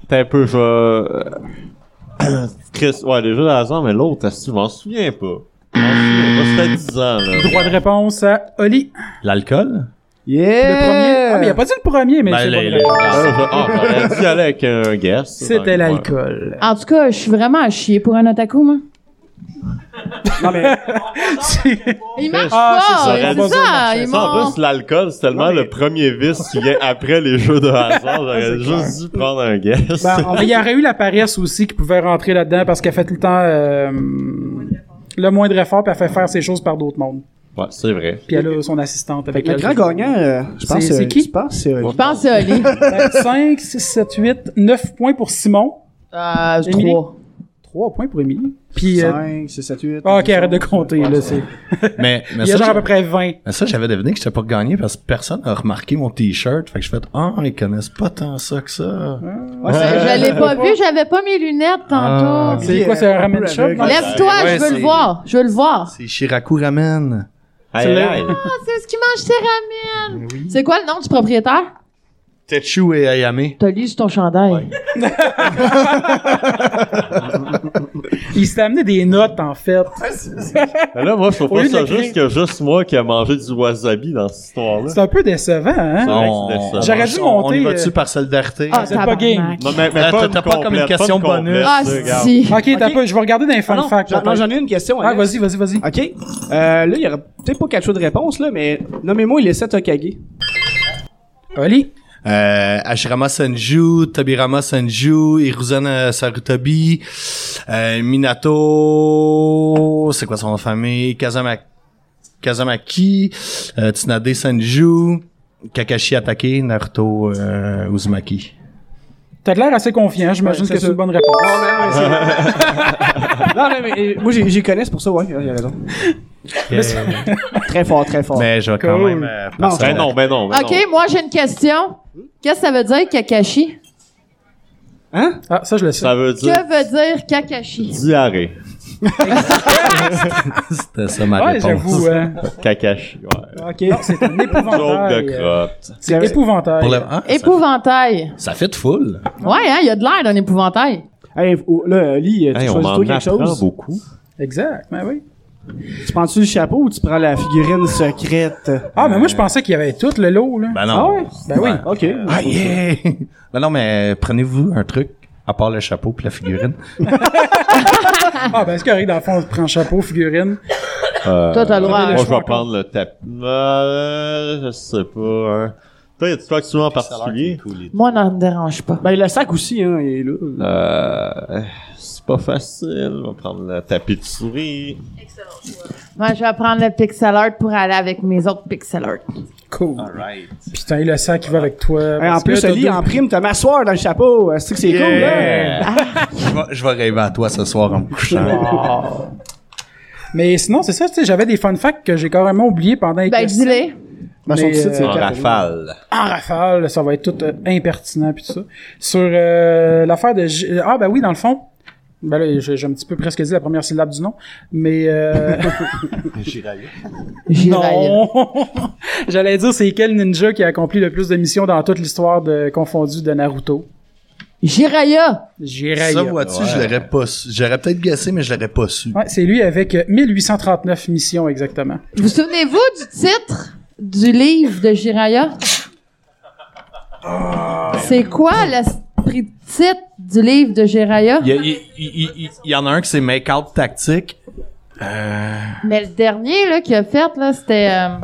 Speaker 5: T'es un peu je euh, Chris, ouais, les jeux de hasard, mais l'autre, asti, je m'en souviens pas. Je m'en souviens pas, c'était 10 ans là.
Speaker 1: Droit de réponse à Oli.
Speaker 4: L'alcool?
Speaker 1: Le premier. Ah,
Speaker 2: Yeah!
Speaker 1: mais il a pas dit le premier, mais
Speaker 4: Ben,
Speaker 1: c'est
Speaker 4: les-
Speaker 1: pas
Speaker 4: les-
Speaker 1: grave.
Speaker 5: Ah, je- ah, j'aurais dit aller avec un guess. Donc,
Speaker 1: C'était
Speaker 5: ouais.
Speaker 1: l'alcool.
Speaker 3: En tout cas, je suis vraiment à chier pour un otaku, moi.
Speaker 2: Non, mais
Speaker 3: Il marche
Speaker 1: Ah,
Speaker 3: pas!
Speaker 5: c'est ça,
Speaker 3: C'est
Speaker 5: ça,
Speaker 3: ça! il
Speaker 5: Ça, en
Speaker 3: manque.
Speaker 5: plus, l'alcool, c'est tellement
Speaker 1: Ouais, mais- Ah,
Speaker 5: le premier vice qui vient après les jeux de hasard. J'aurais juste dû prendre un guess.
Speaker 2: ben, en
Speaker 1: Mais
Speaker 2: fait,
Speaker 1: il y aurait eu la paresse aussi qui pouvait rentrer là-dedans parce qu'elle fait tout le temps euh, le moindre effort puis elle fait faire ses choses par d'autres mondes.
Speaker 5: Ouais, c'est vrai.
Speaker 1: Puis elle a son assistante avec
Speaker 2: le
Speaker 1: elle.
Speaker 2: grand gagnant, euh, je pense,
Speaker 1: C'est- c'est
Speaker 2: euh,
Speaker 1: qui?
Speaker 2: Je pense, c'est Oli.
Speaker 3: Je pense que c'est Oli.
Speaker 1: Ben, 5, 6, 7, 8, 9 points pour Simon.
Speaker 3: Ah, je
Speaker 1: Émilie?
Speaker 3: trois.
Speaker 1: 3 points pour Émilie. Puis. euh,
Speaker 2: 5, 6, 7, 8.
Speaker 1: ah, ok, arrête de compter. là, c'est-
Speaker 4: ben, Mais, mais
Speaker 1: Il y a
Speaker 4: ça,
Speaker 1: genre à
Speaker 4: j'ai-
Speaker 1: peu près 20.
Speaker 4: mais ça, j'avais deviné que j'étais pas gagné parce que personne n'a remarqué mon t-shirt. Fait que je fais Ah, ils connaissent pas tant ça que ça.
Speaker 3: Je l'ai pas vu, j'avais pas mes lunettes
Speaker 4: Ah,
Speaker 3: tantôt.
Speaker 1: C'est
Speaker 2: Puis,
Speaker 1: quoi,
Speaker 2: euh,
Speaker 1: c'est un
Speaker 2: un peu
Speaker 1: ramen shop?
Speaker 2: aveugle.
Speaker 1: non?
Speaker 3: Lève-toi,
Speaker 4: Ouais,
Speaker 3: je veux
Speaker 4: c'est-
Speaker 3: le voir. Je veux le voir.
Speaker 4: C'est Shiraku Ramen.
Speaker 5: Aïe,
Speaker 1: l'as-
Speaker 5: aïe.
Speaker 3: Ah, c'est ce qui mange ses ramen. C'est quoi le nom du propriétaire?
Speaker 4: Tetsu et Ayame.
Speaker 3: T'as lu sur ton chandail.
Speaker 1: Il s'est amené des notes, en fait.
Speaker 5: Mais là, moi, je trouve
Speaker 1: Au
Speaker 5: pas
Speaker 1: lieu de
Speaker 5: ça
Speaker 1: l'écrire-
Speaker 5: juste que juste moi qui a mangé du wasabi dans cette histoire-là.
Speaker 1: C'est un peu décevant, hein?
Speaker 5: vrai que c'est décevant.
Speaker 1: J'aurais dû
Speaker 4: on-
Speaker 1: monter,
Speaker 4: On y
Speaker 1: euh,
Speaker 4: va-tu par solidarité?
Speaker 3: Ah,
Speaker 1: c'est pas
Speaker 3: tabarnak.
Speaker 1: game.
Speaker 5: Non, mais, mais
Speaker 4: Là, t'as-
Speaker 5: pas,
Speaker 4: t'as pas comme une question bonus.
Speaker 3: Ah, si.
Speaker 1: Ok, t'as pas, je vais regarder dans les fun
Speaker 2: Ah non,
Speaker 1: facts.
Speaker 2: j'en- non,
Speaker 1: peut-être.
Speaker 2: j'en ai une question. hein.
Speaker 1: Ah,
Speaker 2: Alex.
Speaker 1: vas-y, vas-y, vas-y.
Speaker 2: OK. Euh, là, il y aura peut-être pas quatre choix de réponse, là, mais nommez-moi les 7 Okage.
Speaker 1: Oli.
Speaker 4: Euh, Ashirama Senju, Tobirama Senju, Iruzan Sarutobi, euh, Minato, c'est quoi son nom de famille? Kazama, Kazamaki, euh, Tsunade Senju, Kakashi Atake, Naruto euh, Uzumaki.
Speaker 1: T'as de l'air assez confiant, j'imagine
Speaker 2: Ouais, c'est
Speaker 1: que c'est
Speaker 2: ça.
Speaker 1: une bonne réponse.
Speaker 2: Non, non, mais euh, moi, j'y j'y connais, c'est pour ça, ouais, il a raison.
Speaker 5: Euh,
Speaker 2: Très fort, très fort.
Speaker 4: Mais je vais quand
Speaker 1: Cool.
Speaker 4: même... euh,
Speaker 2: Non,
Speaker 5: Ben non, ben non, ben non.
Speaker 3: OK, moi, j'ai une question. Qu'est-ce que ça veut dire, Kakashi?
Speaker 2: Hein?
Speaker 1: Ah, ça, je le sais.
Speaker 5: Ça veut
Speaker 3: Que
Speaker 5: dire
Speaker 3: veut dire Kakashi?
Speaker 5: diarrhée.
Speaker 4: C'était euh, ça ma
Speaker 1: Ouais,
Speaker 4: réponse.
Speaker 1: j'avoue. hein.
Speaker 5: Cacache. Ouais.
Speaker 2: OK.
Speaker 1: Non, c'est un
Speaker 5: Joke
Speaker 1: épouvantail.
Speaker 5: de
Speaker 1: euh,
Speaker 5: crotte.
Speaker 1: C'est épouvantail.
Speaker 4: Pour le- ah, ça-
Speaker 3: Épouvantail.
Speaker 4: ça, fait de foule.
Speaker 3: Ouais, hein, il y a de l'air d'un épouvantail.
Speaker 2: Hey, oh, là, Oli, tu
Speaker 5: Hey, on
Speaker 2: choisis
Speaker 5: m'en
Speaker 2: toi quelque
Speaker 5: apprend
Speaker 2: chose?
Speaker 5: beaucoup.
Speaker 1: Exact, ben oui.
Speaker 2: Tu prends-tu le chapeau ou tu prends la figurine secrète?
Speaker 1: Ah, mais moi, je pensais qu'il y avait tout le lot, là.
Speaker 4: Ben
Speaker 2: Ah
Speaker 4: non.
Speaker 2: ouais?
Speaker 1: Ben oui.
Speaker 2: OK.
Speaker 4: Ah yeah! Ben non, mais prenez-vous un truc, à part le chapeau puis la figurine.
Speaker 1: Ah, ben c'est correct, dans le fond, on prend chapeau, figurine.
Speaker 5: Euh,
Speaker 3: Toi, t'as le droit à-
Speaker 5: Moi, je
Speaker 1: Choix,
Speaker 5: vais
Speaker 1: quoi.
Speaker 5: prendre le tap. Euh, je sais pas, hein. Toi, y a-tu toi que tu veux en particulier?
Speaker 3: Moi, non, ça me dérange pas.
Speaker 2: Ben, le sac aussi, hein, il est là.
Speaker 5: Euh, c'est pas facile. On va prendre le tapis de souris.
Speaker 3: Moi, je vais prendre le pixel art pour aller avec mes autres pixel art.
Speaker 1: Cool. Putain, il le sac qui va avec toi.
Speaker 2: Hey, en
Speaker 1: parce que
Speaker 2: plus,
Speaker 1: t'as
Speaker 2: Oli,
Speaker 1: deux-
Speaker 2: en prime, t'as ma soeur dans le chapeau. Euh, C'est que c'est cool, hein?
Speaker 4: je, vais, je vais rêver à toi ce soir en me couchant.
Speaker 1: Ah. Mais sinon, c'est ça, tu sais, j'avais des fun facts que j'ai carrément oubliés pendant les
Speaker 3: Ben,
Speaker 1: questions.
Speaker 3: dis-les.
Speaker 2: Ben, son
Speaker 1: Mais,
Speaker 2: petit, c'est
Speaker 1: euh,
Speaker 5: En
Speaker 2: quatre.
Speaker 5: rafale.
Speaker 1: en rafale, ça va être tout euh, impertinent puis tout ça. Sur euh, l'affaire de G- ah ben oui dans le fond. Ben là, j'ai j'ai un petit peu presque dit la première syllabe du nom, mais euh,
Speaker 3: Jiraiya.
Speaker 1: non. J'allais dire c'est quel ninja qui a accompli le plus de missions dans toute l'histoire de confondue de Naruto.
Speaker 3: Jiraiya!
Speaker 1: Jiraiya.
Speaker 4: Ça, vois-tu, je l'aurais pas su. J'aurais peut-être guessé, mais je l'aurais pas su.
Speaker 1: Ouais, c'est lui avec euh, 1839 missions exactement.
Speaker 3: Vous souvenez-vous du titre du livre de Jiraya?
Speaker 5: Ah.
Speaker 3: C'est quoi l'esprit de titre du livre de Jiraya?
Speaker 4: Il y, a- il- il- il- il- il y en a un qui c'est make-out tactique.
Speaker 3: Mais le dernier là qu'il a fait là, c'était euh,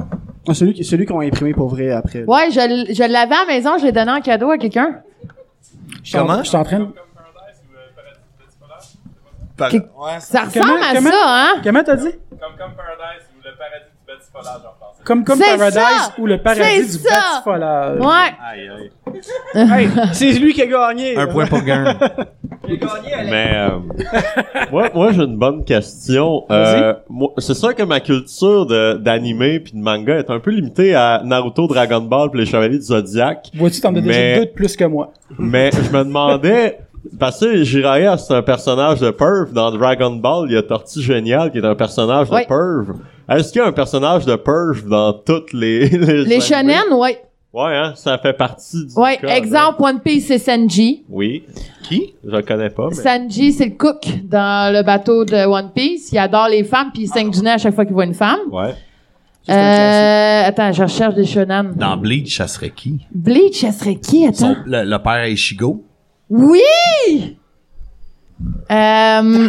Speaker 2: Ah, Celui, qui- celui qu'on a imprimé pour vrai après.
Speaker 3: ouais, je, l- je l'avais à la maison, je l'ai donné en cadeau à quelqu'un.
Speaker 1: Je suis en-
Speaker 4: Comment?
Speaker 1: Je suis en train de-
Speaker 4: Par-
Speaker 3: Qui- Ça ressemble
Speaker 1: Comment-
Speaker 3: à
Speaker 1: comment-
Speaker 3: ça, hein
Speaker 1: Comment t'as dit?
Speaker 6: Comme comme Paradise ou le paradis du bâtifolage en français.
Speaker 1: Comme comme
Speaker 3: C'est
Speaker 1: Paradise
Speaker 3: ça!
Speaker 1: ou le paradis
Speaker 3: C'est
Speaker 1: du
Speaker 3: ça!
Speaker 1: batifolage.
Speaker 3: Ouais.
Speaker 5: Aïe, aïe.
Speaker 2: Hey, c'est lui qui a gagné.
Speaker 4: Un point pour Gern.
Speaker 2: Il a gagné, Alex.
Speaker 5: Mais euh, moi, moi j'ai une bonne question. Euh, moi- c'est sûr que ma culture de- d'anime puis de manga est un peu limitée à Naruto, Dragon Ball puis les Chevaliers du Zodiac.
Speaker 1: Vois-tu, t'en as
Speaker 5: Mais-
Speaker 1: déjà deux de plus que moi.
Speaker 5: Mais je me demandais parce que Jiraiya c'est un personnage de perv dans Dragon Ball, il y a Tortue Génial qui est un personnage
Speaker 3: Ouais.
Speaker 5: de perv. Est-ce qu'il y a un personnage de perv dans toutes les les,
Speaker 3: Les
Speaker 5: animés?
Speaker 3: shonen, ouais.
Speaker 5: Ouais, hein, ça fait partie du
Speaker 3: Ouais,
Speaker 5: code, hein.
Speaker 3: exemple, One Piece, c'est Sanji.
Speaker 5: Oui. Qui Je le connais pas mais
Speaker 3: Sanji, c'est le cook dans le bateau de One Piece. Il adore les femmes, puis il saigne du nez à chaque fois qu'il voit une femme.
Speaker 5: ouais.
Speaker 2: Ça, c'est un classique.
Speaker 3: Euh, attends, je recherche des shonen.
Speaker 4: Dans Bleach, ça serait qui?
Speaker 3: Bleach, ça serait qui,
Speaker 4: Son-
Speaker 3: attends?
Speaker 4: le, le père à Ichigo?
Speaker 3: Oui! Euh,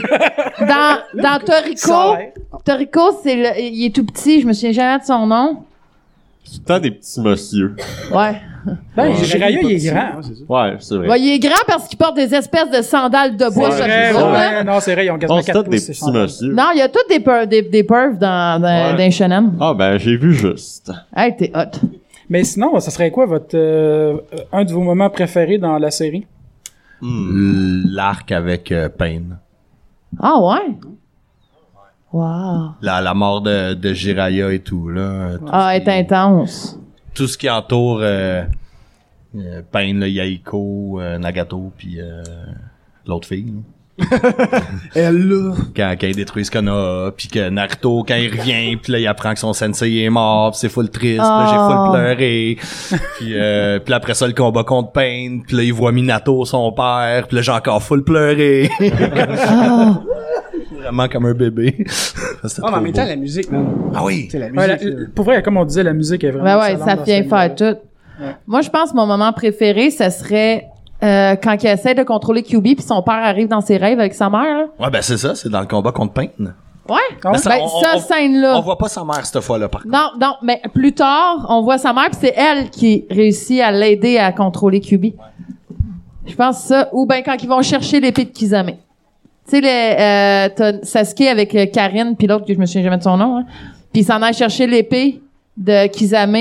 Speaker 3: dans,
Speaker 2: Ça
Speaker 3: dans Toriko,
Speaker 2: a l'air.
Speaker 3: Toriko, c'est le, il est tout petit, je me souviens jamais de son nom.
Speaker 5: C'est tout le temps des petits messieurs.
Speaker 3: Ouais.
Speaker 1: Ben,
Speaker 2: J'ai
Speaker 1: Jiraya, il
Speaker 2: pas
Speaker 1: est
Speaker 2: dit ça.
Speaker 1: grand.
Speaker 2: Ouais, c'est ça.
Speaker 5: Ouais, c'est vrai.
Speaker 3: Ouais, il est grand parce qu'il porte des espèces de sandales de bois.
Speaker 1: C'est
Speaker 3: sur le
Speaker 1: vrai,
Speaker 3: dos,
Speaker 5: ouais.
Speaker 3: là.
Speaker 1: ouais, Non, c'est vrai, ils ont
Speaker 5: On
Speaker 1: quasiment
Speaker 5: se
Speaker 1: 4
Speaker 5: tape des
Speaker 1: pouces. ces
Speaker 5: petits
Speaker 1: chandails.
Speaker 5: messieurs.
Speaker 3: Non, il y a toutes des, per- des, des perfs dans, dans,
Speaker 5: Ouais.
Speaker 3: dans les shonen.
Speaker 5: Ah ben j'ai vu juste.
Speaker 3: Hey, t'es hot.
Speaker 1: Mais sinon, ça serait quoi votre euh, un de vos moments préférés dans la série?
Speaker 4: Hmm. L'arc avec euh, Pain.
Speaker 3: Ah ouais? Wow.
Speaker 4: La, la mort de, de Jiraiya et tout, là. Tout,
Speaker 3: Ah, elle est intense.
Speaker 4: tout ce qui entoure euh, euh, Pain, le Yaiko, euh, Nagato, puis euh, l'autre fille. là.
Speaker 2: Elle, là.
Speaker 4: Quand, quand ils détruisent Konoha, puis que Naruto, quand il revient, puis là, il apprend que son sensei est mort, puis c'est full triste, puis là, j'ai
Speaker 3: Oh.
Speaker 2: Ah.
Speaker 4: full pleuré. Puis euh, puis là, après ça, le combat contre Pain, puis là, il voit Minato, son père, puis là, j'ai encore full pleuré.
Speaker 3: Ah.
Speaker 4: Vraiment comme un bébé. C'était
Speaker 2: Ah, mais en
Speaker 4: trop
Speaker 2: même temps,
Speaker 4: beau.
Speaker 2: la musique, man.
Speaker 4: Ah oui!
Speaker 2: Tu sais, la
Speaker 1: Ouais, la-
Speaker 2: musique. euh, là.
Speaker 1: pour vrai, comme on disait, la musique est vraiment.
Speaker 3: Ben ouais,
Speaker 1: excellente
Speaker 3: ça
Speaker 1: dans
Speaker 3: vient
Speaker 1: ce
Speaker 3: faire
Speaker 1: film-là.
Speaker 3: tout. Moi, je pense que mon moment préféré, ce serait euh, quand il essaie de contrôler QB puis son père arrive dans ses rêves avec sa mère. Là.
Speaker 4: Ouais, ben c'est ça, c'est dans le combat contre Pain.
Speaker 3: Ouais.
Speaker 1: Ah ouais?
Speaker 3: Ben,
Speaker 4: Ça, on- on-
Speaker 3: cette scène-là.
Speaker 4: On voit pas sa mère cette fois-là, par contre.
Speaker 3: Non, non, mais plus tard, on voit sa mère puis c'est elle qui réussit à l'aider à contrôler QB. Je pense ça. Ou ben quand ils vont chercher l'épée de Kizame. Tu sais, le, euh, t'as Sasuke avec euh, Karine puis l'autre que je me souviens jamais de son nom. Hein. Puis il s'en a chercher l'épée de Kizame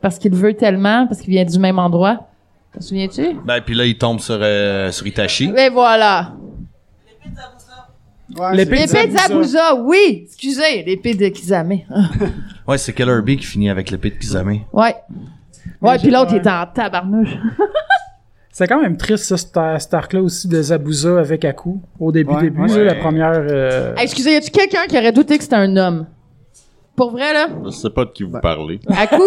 Speaker 3: parce qu'il le veut tellement, parce qu'il vient du même endroit. T'en souviens-tu?
Speaker 4: Ben, puis là, il tombe sur, euh, sur Itachi.
Speaker 3: Et voilà.
Speaker 2: Ouais,
Speaker 1: L'épée
Speaker 2: c'est-
Speaker 3: L'épée de Zabuza, oui. Excusez, l'épée de Kizame. Ah,
Speaker 4: Ouais, c'est Killer Bee qui finit avec l'épée de Kizame.
Speaker 3: Ouais. Ouais,
Speaker 1: Mais
Speaker 3: puis
Speaker 1: j'ai-
Speaker 3: l'autre, il
Speaker 1: ouais.
Speaker 3: était en tabarnouche.
Speaker 1: C'est quand même triste, ça, cet, cet arc-là aussi de Zabuza avec Aku. Au début,
Speaker 2: Ouais,
Speaker 1: début,
Speaker 2: ouais.
Speaker 1: là, la première. euh,
Speaker 3: Hey, excusez, y a-tu quelqu'un qui aurait douté que c'était un homme? Pour vrai, là?
Speaker 5: Je sais pas de qui vous parlez.
Speaker 3: À coup!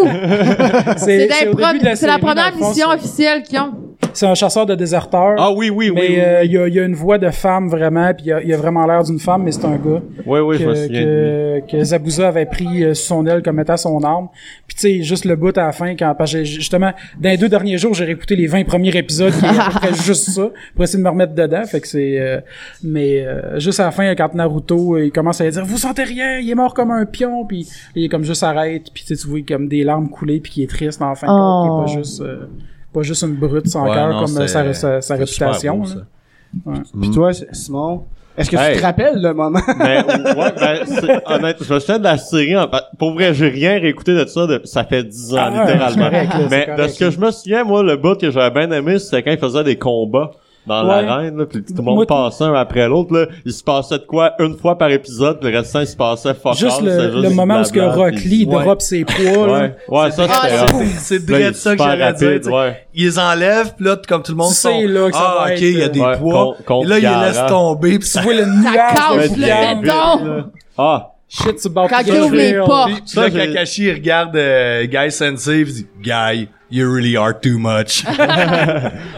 Speaker 3: C'est
Speaker 1: c'est
Speaker 3: la,
Speaker 1: au début de la
Speaker 3: c'est la
Speaker 1: série, dans
Speaker 3: première
Speaker 1: le fond,
Speaker 3: mission
Speaker 1: c'est-
Speaker 3: officielle qu'ils ont.
Speaker 1: C'est un chasseur de déserteurs.
Speaker 5: Ah oui oui oui.
Speaker 1: mais
Speaker 5: oui,
Speaker 1: euh, il y, a- il y a une voix de femme vraiment, puis il y a- il y a vraiment l'air d'une femme, mais c'est un gars.
Speaker 5: oui oui, je me
Speaker 1: que,
Speaker 5: souviens. de
Speaker 1: que,
Speaker 5: lui.
Speaker 1: que Zabuza avait pris euh, sous son aile comme étant son arme. Puis tu sais, juste le bout à la fin, quand, parce que j'ai- justement, dans les deux derniers jours, j'ai réécouté les 20 premiers épisodes qui est à peu près juste ça, pour essayer de me remettre dedans. Fait que c'est... euh, mais euh, juste à la fin, quand Naruto, euh, il commence à dire « Vous sentez rien! Il est mort comme un pion! » Puis il est comme juste arrête, puis tu sais, tu vois comme des larmes couler, puis qui est triste en fin de
Speaker 3: Oh.
Speaker 1: compte, qui est pas juste... euh, pas juste une brute sans
Speaker 4: Ouais,
Speaker 1: cœur
Speaker 4: non,
Speaker 1: comme euh, sa,
Speaker 4: c'est-
Speaker 1: sa, sa
Speaker 4: c'est super
Speaker 1: réputation.
Speaker 4: beau,
Speaker 1: là.
Speaker 4: ça.
Speaker 2: Puis toi, Simon, est-ce que
Speaker 5: Hey.
Speaker 2: tu te rappelles le moment?
Speaker 5: Mais ouais, ben, c'est- honnête, je me souviens de la série. En, fa- pour vrai, j'ai rien réécouté de ça. De, ça fait 10 ans,
Speaker 1: Ah,
Speaker 5: littéralement.
Speaker 1: c'est correct, là,
Speaker 5: mais
Speaker 1: c'est
Speaker 5: de
Speaker 1: correct,
Speaker 5: ce que
Speaker 1: là.
Speaker 5: je me souviens, moi, le bout que j'avais bien aimé, c'était quand ils faisaient des combats dans
Speaker 1: Ouais.
Speaker 5: l'arène, là, puis tout le
Speaker 1: Moi,
Speaker 5: monde
Speaker 1: tout-
Speaker 5: passait un après l'autre. là. Il se passait de quoi une fois par épisode, puis le restant, il se passait fuck
Speaker 1: Juste
Speaker 5: all,
Speaker 1: le,
Speaker 5: c'était
Speaker 1: le moment où ce que
Speaker 5: blabla,
Speaker 1: Rock
Speaker 5: puis-
Speaker 1: Lee
Speaker 5: Ouais.
Speaker 1: drop ses poids, là.
Speaker 5: Ouais, ouais, ça,
Speaker 3: Ah,
Speaker 5: c'était
Speaker 3: c'est-
Speaker 5: hot.
Speaker 4: C'est
Speaker 5: Là, il est
Speaker 4: direct ça que
Speaker 5: super
Speaker 4: j'allais dire.
Speaker 5: rapide,
Speaker 4: tu sais.
Speaker 5: ouais.
Speaker 4: Ils les enlèvent, puis là, comme tout le monde
Speaker 1: Tu sais, là, que ça
Speaker 4: Ah,
Speaker 1: va
Speaker 4: ok,
Speaker 1: être, euh,
Speaker 4: il y a des
Speaker 5: ouais,
Speaker 4: poids.
Speaker 5: con- con-
Speaker 4: et là, ils les laissent
Speaker 5: garant.
Speaker 4: tomber, puis ça
Speaker 1: Tu vois le
Speaker 3: Ça
Speaker 1: nuage
Speaker 3: casse
Speaker 1: de
Speaker 3: le
Speaker 1: viande.
Speaker 3: béton!
Speaker 5: Ah,
Speaker 1: Shit, tu bats
Speaker 3: Quand
Speaker 1: plus
Speaker 3: il
Speaker 1: de
Speaker 3: ouvre les
Speaker 1: fil.
Speaker 3: portes.
Speaker 4: Puis
Speaker 5: Ça,
Speaker 4: là,
Speaker 5: j'ai-
Speaker 4: Kakashi, il regarde euh, Guy Sensei, puis il dit Guy, you really are too much.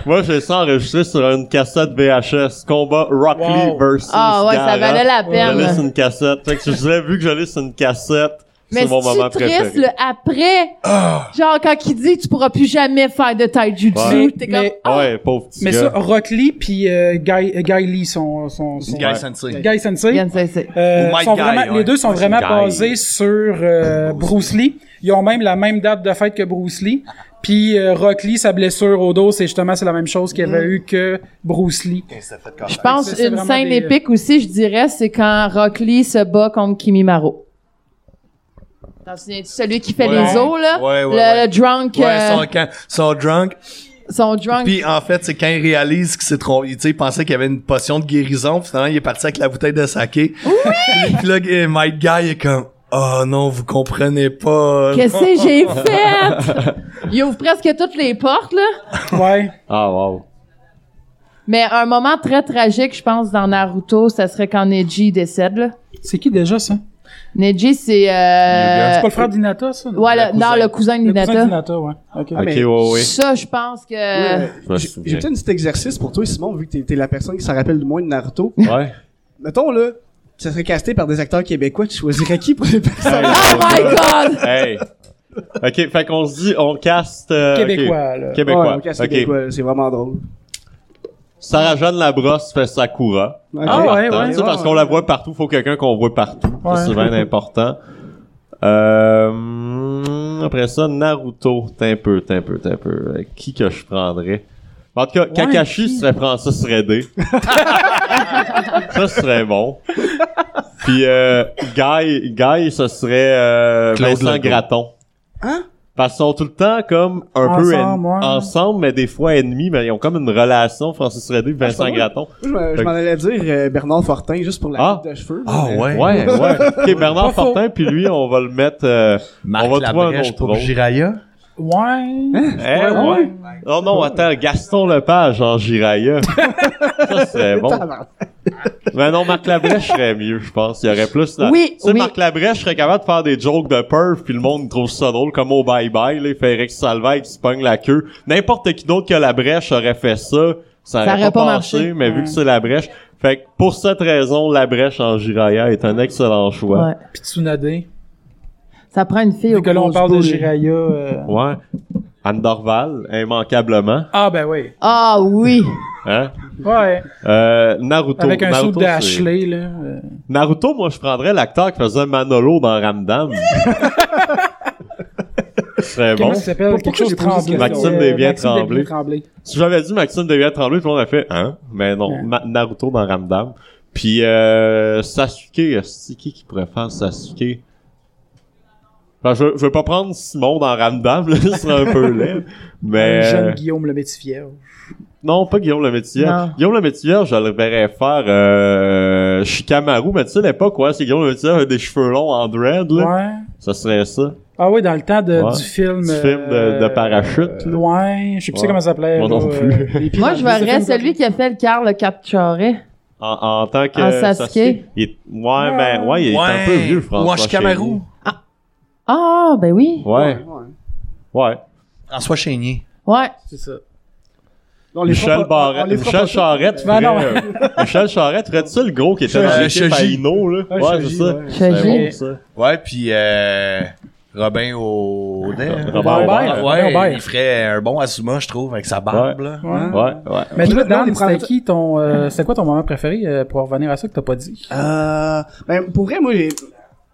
Speaker 5: moi, j'ai ça enregistré sur une cassette VHS. Combat Rock Lee
Speaker 1: Wow.
Speaker 5: versus
Speaker 3: Ah ouais, ça
Speaker 5: Gaara.
Speaker 3: valait la
Speaker 5: Je l'ai sur
Speaker 3: peine.
Speaker 5: une cassette. Fait que je l'ai vu que je l'ai sur une cassette.
Speaker 3: Mais
Speaker 5: c'est mon moment
Speaker 3: c'est triste,
Speaker 5: préféré.
Speaker 3: le après. Genre, quand il dit, tu pourras plus jamais faire de taijutsu,
Speaker 5: Ouais.
Speaker 3: t'es comme,
Speaker 1: Mais-
Speaker 3: Ah!
Speaker 5: Ouais, pauvre petit
Speaker 1: Mais
Speaker 5: gars.
Speaker 1: ça, oh. Rock Lee puis euh, Guy, euh, Guy Lee sont, sont, sont- euh,
Speaker 4: Guy Sensei.
Speaker 1: Guy Sensei.
Speaker 3: Yann Sensei.
Speaker 1: euh,
Speaker 4: Ou Mike
Speaker 1: sont
Speaker 4: Guy,
Speaker 1: vraiment-
Speaker 4: ouais.
Speaker 1: Les deux sont vraiment
Speaker 5: Guy.
Speaker 1: basés sur euh, Bruce Lee. Ils ont même la même date de fête que Bruce Lee. Puis euh, Rock Lee, sa blessure au dos, c'est justement c'est la même chose qu'il avait eu que Bruce Lee.
Speaker 3: Je pense
Speaker 1: Ah, C'est- c'est
Speaker 3: une
Speaker 1: vraiment
Speaker 3: scène
Speaker 1: des- euh,
Speaker 3: épique aussi, je dirais, c'est quand Rock Lee se bat contre Kimimaro. T'en souviens-tu? Celui qui fait
Speaker 4: Ouais.
Speaker 3: les os, là?
Speaker 4: Ouais, ouais,
Speaker 3: le, le
Speaker 4: ouais.
Speaker 3: drunk.
Speaker 4: ouais,
Speaker 3: euh,
Speaker 4: son, quand, son drunk.
Speaker 3: sont drunk.
Speaker 4: Puis en fait, c'est quand il réalise qu'il s'est trompé, tu sais, il pensait qu'il y avait une potion de guérison, puis finalement il est parti avec la bouteille de saké. Oui! puis là, eh, my guy est comme "Oh non, vous comprenez pas."
Speaker 3: Qu'est-ce que j'ai fait? Il ouvre presque toutes les portes, là.
Speaker 1: Ouais.
Speaker 5: Ah, wow.
Speaker 3: Mais un moment très tragique, je pense, dans Naruto, ça serait quand Neji décède, là.
Speaker 1: C'est qui déjà, ça?
Speaker 3: Neji,
Speaker 1: Euh, C'est
Speaker 3: c'est...
Speaker 1: pas
Speaker 3: Euh...
Speaker 1: le frère d'Inata, ça?
Speaker 3: Ouais, le- non, le cousin de
Speaker 1: Le cousin Oh
Speaker 3: Hinata.
Speaker 1: d'Inata, ouais.
Speaker 2: Ah,
Speaker 1: OK.
Speaker 5: Ok,
Speaker 2: mais-
Speaker 5: ouais, ouais.
Speaker 3: Ça, je pense que...
Speaker 2: Ouais,
Speaker 5: je me
Speaker 2: J'ai
Speaker 5: souviens.
Speaker 2: j'ai peut-être un petit exercice pour toi, Simon, vu que t'es- t'es la personne qui s'en rappelle le moins de Naruto.
Speaker 5: Ouais.
Speaker 2: Mettons, là, ça serait casté par des acteurs québécois, tu choisirais qui pour les
Speaker 5: Ah,
Speaker 2: personnes?
Speaker 3: Oh my God!
Speaker 5: Hey. Ok, fait qu'on se dit, on caste. euh, ok.
Speaker 1: Québécois, là.
Speaker 5: Québécois.
Speaker 2: on casse
Speaker 5: ok.
Speaker 2: québécois, c'est vraiment drôle.
Speaker 5: Sarah-Jeanne Labrosse fait Sakura.
Speaker 2: Ok.
Speaker 1: Ah ouais,
Speaker 5: Partant,
Speaker 1: ouais,
Speaker 5: tu sais,
Speaker 1: ouais,
Speaker 5: parce
Speaker 1: ouais.
Speaker 5: qu'on la voit partout, faut quelqu'un qu'on voit partout.
Speaker 1: Ouais.
Speaker 5: C'est souvent important. Euh, hmm, après ça, Naruto. T'es un peu, t'es un peu, t'es un peu. Euh, Qui que je prendrais? En tout cas, Kakashi serait Francis Redé. ça serait bon. Puis euh, Guy, Guy, ce serait euh,
Speaker 4: Claude
Speaker 5: Vincent
Speaker 4: Legault.
Speaker 5: Gratton.
Speaker 2: Hein?
Speaker 5: Parce qu'ils sont tout le temps comme un peu
Speaker 1: Ensemble,
Speaker 5: en-
Speaker 1: ouais.
Speaker 5: ensemble, mais des fois ennemis, mais ils ont comme une relation, Francis Redé, Vincent
Speaker 2: Ah, c'est Moi,
Speaker 5: Gratton.
Speaker 2: je m'en- je
Speaker 5: Fait-
Speaker 2: m'en allais dire euh, Bernard Fortin, juste pour la
Speaker 5: Ah.
Speaker 2: coupe de cheveux.
Speaker 4: Ah
Speaker 2: mais-
Speaker 4: ouais.
Speaker 5: Ouais, ouais. Ok, Bernard
Speaker 1: Pas faux.
Speaker 5: Fortin, puis lui, on va le mettre. euh,
Speaker 4: Marc
Speaker 5: on va trouver un
Speaker 4: Labrèche
Speaker 5: autre
Speaker 4: pour
Speaker 5: rôle.
Speaker 4: Jiraya.
Speaker 1: Ouais.
Speaker 5: Eh, ouais. Oh non, attends, Gaston Lepage en Jiraya. ça serait bon.
Speaker 2: Tabarnak.
Speaker 5: Mais Ben non, Marc Labrèche serait mieux, je pense. Il y aurait plus. la-
Speaker 3: Oui,
Speaker 5: tu sais,
Speaker 3: oui.
Speaker 5: Marc Labrèche serait capable de faire des jokes de perf, puis le monde trouve ça drôle, comme au Bye Bye, là, il fait Eric Salvaille qui se pogne la queue. N'importe qui d'autre que Labrèche aurait fait ça. Ça aurait pas, marché, mais vu que c'est Labrèche. Fait que pour cette raison, Labrèche en Jiraya est un excellent choix.
Speaker 3: Ouais.
Speaker 1: Puis Tsunade.
Speaker 3: Ça prend une fille au
Speaker 1: Vu que là, on
Speaker 3: gros
Speaker 1: parle de
Speaker 3: boule.
Speaker 1: Jiraya. euh,
Speaker 5: Ouais. Anne Dorval, immanquablement.
Speaker 1: Ah, ben oui.
Speaker 3: Ah oui!
Speaker 5: Hein?
Speaker 1: Ouais.
Speaker 5: Euh, Naruto.
Speaker 1: Avec un saut
Speaker 5: Naruto,
Speaker 1: de
Speaker 5: c'est-
Speaker 1: Ashley, là. euh.
Speaker 5: Naruto, moi, je prendrais l'acteur qui faisait Manolo dans Ramdam. Ce serait bon.
Speaker 1: Comment ça s'appelle?
Speaker 2: Pourquoi
Speaker 1: Quelque chose
Speaker 2: j'ai posé cette
Speaker 1: tremblé.
Speaker 5: question? Maxime
Speaker 1: Euh,
Speaker 5: Desbiens
Speaker 1: Maxime
Speaker 5: Tremblay.
Speaker 1: Desbiens Tremblay.
Speaker 5: Si j'avais dit Maxime devait trembler, tout le monde a fait « Hein? » Mais non,
Speaker 1: Ouais.
Speaker 5: Ma- Naruto dans Ramdam. Puis euh, Sasuke, c'est qui qui pourrait faire Sasuke? Enfin, je, je veux pas prendre Simon dans Ramdam, là, ce serait un peu laid. Mais...
Speaker 1: Un
Speaker 5: euh,
Speaker 1: Jeune Guillaume le métier.
Speaker 5: Non, pas Guillaume le Métier.
Speaker 3: Non.
Speaker 5: Guillaume le Métier, je le verrais faire euh, Shikamaru, mais tu sais l'époque, ouais, c'est Guillaume le Métier avec des cheveux longs en dread, là.
Speaker 1: Ouais.
Speaker 5: Ça serait ça.
Speaker 1: Ah oui, dans le temps de-
Speaker 5: Ouais.
Speaker 1: du film. euh,
Speaker 5: Du film de- de parachute, là.
Speaker 1: ouais, je sais plus
Speaker 5: Ouais.
Speaker 1: comment ça s'appelait.
Speaker 5: Moi
Speaker 1: là,
Speaker 5: non
Speaker 1: euh,
Speaker 5: plus.
Speaker 1: les pirates.
Speaker 3: Moi, je verrais
Speaker 1: Ce film-
Speaker 3: celui qui a fait le quart le 4 charret.
Speaker 5: En, en tant que
Speaker 3: En Sasuke.
Speaker 5: il est- ouais,
Speaker 2: Ah.
Speaker 5: mais ouais, il est un peu vieux, François.
Speaker 4: Ou en Shikamaru.
Speaker 5: Chénier.
Speaker 3: Ah, ben oui.
Speaker 5: Ouais, ouais.
Speaker 4: François Chénier.
Speaker 3: Ouais.
Speaker 1: C'est ça.
Speaker 2: On les fera
Speaker 5: Michel
Speaker 2: pas- on- on
Speaker 5: Barrette,
Speaker 2: les fera
Speaker 5: Michel
Speaker 2: pas-
Speaker 5: Charrette,
Speaker 1: Ben non.
Speaker 5: ferait, euh, Michel Charrette, ferait ça le gros qui était dans
Speaker 4: Euh,
Speaker 5: l'équipe à
Speaker 4: Shoji.
Speaker 5: Hino, là?
Speaker 2: Ouais,
Speaker 5: Ouais,
Speaker 2: Shoji,
Speaker 5: c'est ça.
Speaker 2: Ah, ouais.
Speaker 5: C'est
Speaker 3: Shoji.
Speaker 5: bon, ça.
Speaker 4: Ouais, puis euh, Robin Audin.
Speaker 5: Robert Aubert.
Speaker 4: Ouais,
Speaker 1: Robert.
Speaker 4: il ferait un bon Asuma, je trouve, avec sa barbe là.
Speaker 1: Ouais. Mm.
Speaker 5: Ouais, ouais.
Speaker 1: Mais
Speaker 2: Puis
Speaker 1: toi,
Speaker 2: là, on les
Speaker 1: Dan,
Speaker 2: prend-
Speaker 1: c'était qui ton, euh, c'était quoi ton moment préféré euh, pour revenir à ça que t'as pas dit?
Speaker 2: Euh, ben, pour vrai, moi, j'ai- tu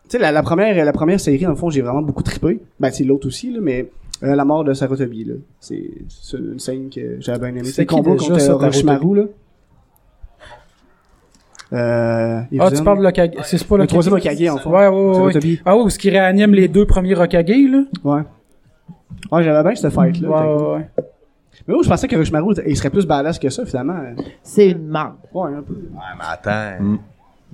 Speaker 2: sais, la, la première, la première série, dans le fond, j'ai vraiment beaucoup trippé. Ben, c'est l'autre aussi, là, mais euh, la mort de Sarutobi, là. C'est c'est une scène que j'avais bien aimée.
Speaker 1: C'est
Speaker 2: C'est le
Speaker 1: qui
Speaker 2: combo
Speaker 1: déjà,
Speaker 2: contre
Speaker 1: ça,
Speaker 2: euh, Orochimaru, là.
Speaker 1: Sarutobi?
Speaker 2: Euh,
Speaker 1: Ah,
Speaker 2: Evzen.
Speaker 1: tu parles de l'Okage. C'est pas
Speaker 2: Le
Speaker 1: le
Speaker 2: troisième Hokage, en fait.
Speaker 1: Ouais, ouais, ouais.
Speaker 2: Sarutobi.
Speaker 1: Ah oui, ce qui réanime les deux premiers Hokage, là.
Speaker 2: Ouais. Ouais, j'avais bien cette fight-là.
Speaker 1: Ouais, ouais, ouais.
Speaker 2: Mais moi, je pensais que Orochimaru, il serait plus badass que ça, finalement.
Speaker 3: C'est une merde.
Speaker 2: Ouais, un peu.
Speaker 4: Ouais, mais attends.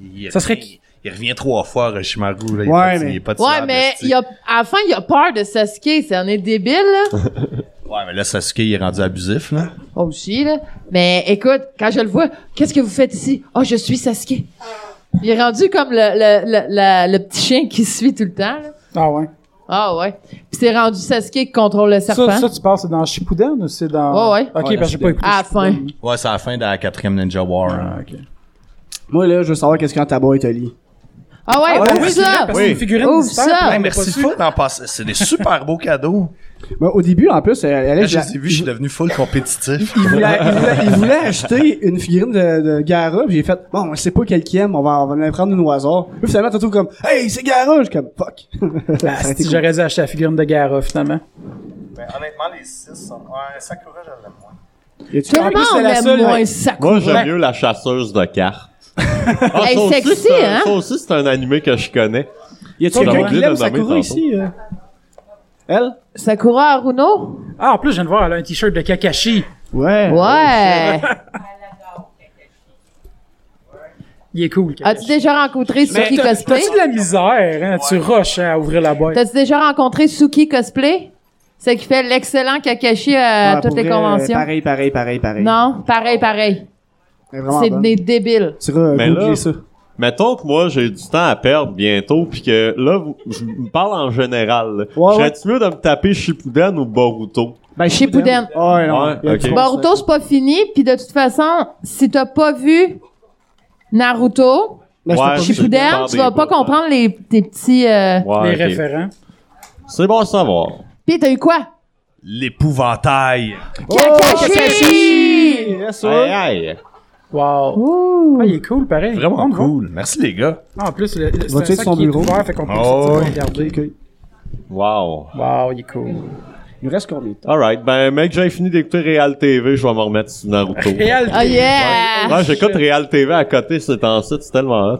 Speaker 4: Il,
Speaker 1: Ça serait
Speaker 4: il- Il revient trois fois, Roshimaru. Là. Il est
Speaker 2: Ouais,
Speaker 4: pas-
Speaker 2: mais-
Speaker 4: Il est pas de
Speaker 3: Ouais,
Speaker 4: syllabes,
Speaker 3: mais
Speaker 4: esti.
Speaker 3: il a, à la fin, il a peur de Sasuke. C'est un est débile, là.
Speaker 4: Ouais, mais là, Sasuke, il est rendu abusif, là.
Speaker 3: aussi, là. Mais écoute, quand je le vois, qu'est-ce que vous faites ici? Oh, je suis Sasuke. Il est rendu comme le, le, le, la- le petit chien qui suit tout le temps, là.
Speaker 1: Ah ouais.
Speaker 3: Ah, ouais. Puis c'est rendu Sasuke qui contrôle le serpent.
Speaker 1: Ça, ça, tu penses, c'est dans Shippuden ou c'est dans.
Speaker 3: Ouais, ouais.
Speaker 1: Ok,
Speaker 2: Ouais,
Speaker 1: parce que j'ai pas écouté. Ah,
Speaker 3: à la fin.
Speaker 4: Ouais, c'est la fin de la quatrième Ninja War. hein.
Speaker 1: ok.
Speaker 2: Ah, Moi, là, je veux savoir qu'est-ce qu'un tabac Italie.
Speaker 3: Ah, ouais, ouvre ça!
Speaker 1: Parce que c'est une figurine
Speaker 3: Ouvre
Speaker 1: mystère,
Speaker 3: ça.
Speaker 1: puis Ah, on
Speaker 4: Hey,
Speaker 1: l'a pas
Speaker 4: merci
Speaker 1: su.
Speaker 4: fou d'en passer. C'est des super beaux cadeaux.
Speaker 2: Mais Ben, au début, en plus, elle, elle est-
Speaker 4: Quand Ah, je les ai vus, je suis devenu full compétitif.
Speaker 2: il voulait, il voulait- il voulait acheter une figurine de, de Gara, puis j'ai fait bon, on sait pas quel qui aime, on va, on va en prendre une au hasard. Puis finalement, t'as tout comme hey, c'est Gara, je suis comme fuck.
Speaker 1: Ah,
Speaker 2: Ça a été
Speaker 1: si j'aurais dû acheter la figurine de Gara, finalement.
Speaker 4: honnêtement, les six sont. Ouais, Sakura, je l'aime moins.
Speaker 2: cool. Et tu-
Speaker 3: Tout
Speaker 2: en
Speaker 3: le
Speaker 2: plus, c'est
Speaker 3: monde
Speaker 2: la
Speaker 3: aime
Speaker 2: seule-
Speaker 3: moins Sakura.
Speaker 5: Moi, j'aime mieux la chasseuse de cartes. Ah,
Speaker 3: Hey,
Speaker 5: ça aussi,
Speaker 3: sexy,
Speaker 5: c'est un-
Speaker 3: hein?
Speaker 5: Ça aussi, c'est un animé que je connais.
Speaker 2: Y a-tu
Speaker 5: J'en ai
Speaker 2: quelqu'un qui
Speaker 5: oublié de
Speaker 2: l'aime
Speaker 5: le nommer
Speaker 2: Sakura
Speaker 5: tantôt.
Speaker 2: ici euh? Elle?
Speaker 3: Sakura Aruno?
Speaker 1: Ah, en plus, je viens de voir, elle a un t-shirt de Kakashi.
Speaker 2: Ouais.
Speaker 3: Ouais.
Speaker 1: Il est cool,
Speaker 3: As-tu
Speaker 1: Kakashi.
Speaker 3: déjà rencontré Suki
Speaker 1: t'as-
Speaker 3: Cosplay?
Speaker 1: T'as-tu de la misère, hein? Tu rushes hein, à ouvrir la boîte.
Speaker 3: T'as-tu déjà rencontré Suki Cosplay? C'est qui fait l'excellent Kakashi à
Speaker 2: Ouais,
Speaker 3: toutes
Speaker 2: Ah, pour
Speaker 3: les
Speaker 2: vrai,
Speaker 3: conventions.
Speaker 2: Pareil, pareil, pareil, pareil.
Speaker 3: Non, pareil, pareil.
Speaker 2: Elle est vraiment
Speaker 3: C'est
Speaker 2: bonne.
Speaker 3: des débiles.
Speaker 2: Tu iras
Speaker 5: Mais
Speaker 2: googler
Speaker 5: là-
Speaker 2: ça.
Speaker 5: Mettons que moi, j'ai du temps à perdre bientôt, puis que là, vous- je me parle en général. là.
Speaker 2: Ouais,
Speaker 5: Serais-tu mieux de me taper Shippuden ou Boruto?
Speaker 2: Ben,
Speaker 3: Shippuden.
Speaker 2: Ouais, non.
Speaker 5: Ouais,
Speaker 2: il y a
Speaker 5: ok.
Speaker 2: du bon
Speaker 3: Boruto, c'est pas fini, puis de toute façon, si t'as pas vu Naruto,
Speaker 2: Ben, je t'ai
Speaker 5: Ouais,
Speaker 2: pas vu.
Speaker 5: je sais
Speaker 3: Shippuden,
Speaker 5: pas
Speaker 3: tu
Speaker 5: des
Speaker 3: vas pas
Speaker 5: bouts, hein.
Speaker 3: comprendre les, tes petits... Euh...
Speaker 5: Ouais,
Speaker 1: les
Speaker 5: ok.
Speaker 1: référents.
Speaker 5: C'est bon à savoir.
Speaker 3: Puis t'as eu quoi?
Speaker 4: L'épouvantail.
Speaker 3: Oh, Kakashi!
Speaker 2: Yes, sir.
Speaker 5: Aïe, aïe.
Speaker 1: Wow. Ah, il est cool, pareil.
Speaker 4: Vraiment
Speaker 1: On le voit.
Speaker 4: cool. Merci les gars.
Speaker 1: Ah, en plus, le, le, c'est
Speaker 2: Vas-tu
Speaker 1: un
Speaker 2: être
Speaker 1: sac
Speaker 2: son
Speaker 1: qui est
Speaker 2: bureau?
Speaker 1: ouvert, fait qu'on peut
Speaker 4: Oh,
Speaker 1: sortir
Speaker 4: ouais.
Speaker 1: regarder.
Speaker 2: Ok.
Speaker 5: Wow.
Speaker 1: Wow, il est cool.
Speaker 2: Il nous reste combien de temps?
Speaker 5: Alright, ben mec, j'ai fini d'écouter Real TV, je vais me remettre sur Naruto.
Speaker 1: Et elle,
Speaker 3: Oh yeah!
Speaker 5: Ouais, j'écoute Real TV à côté, c'est en site, c'est tellement hot.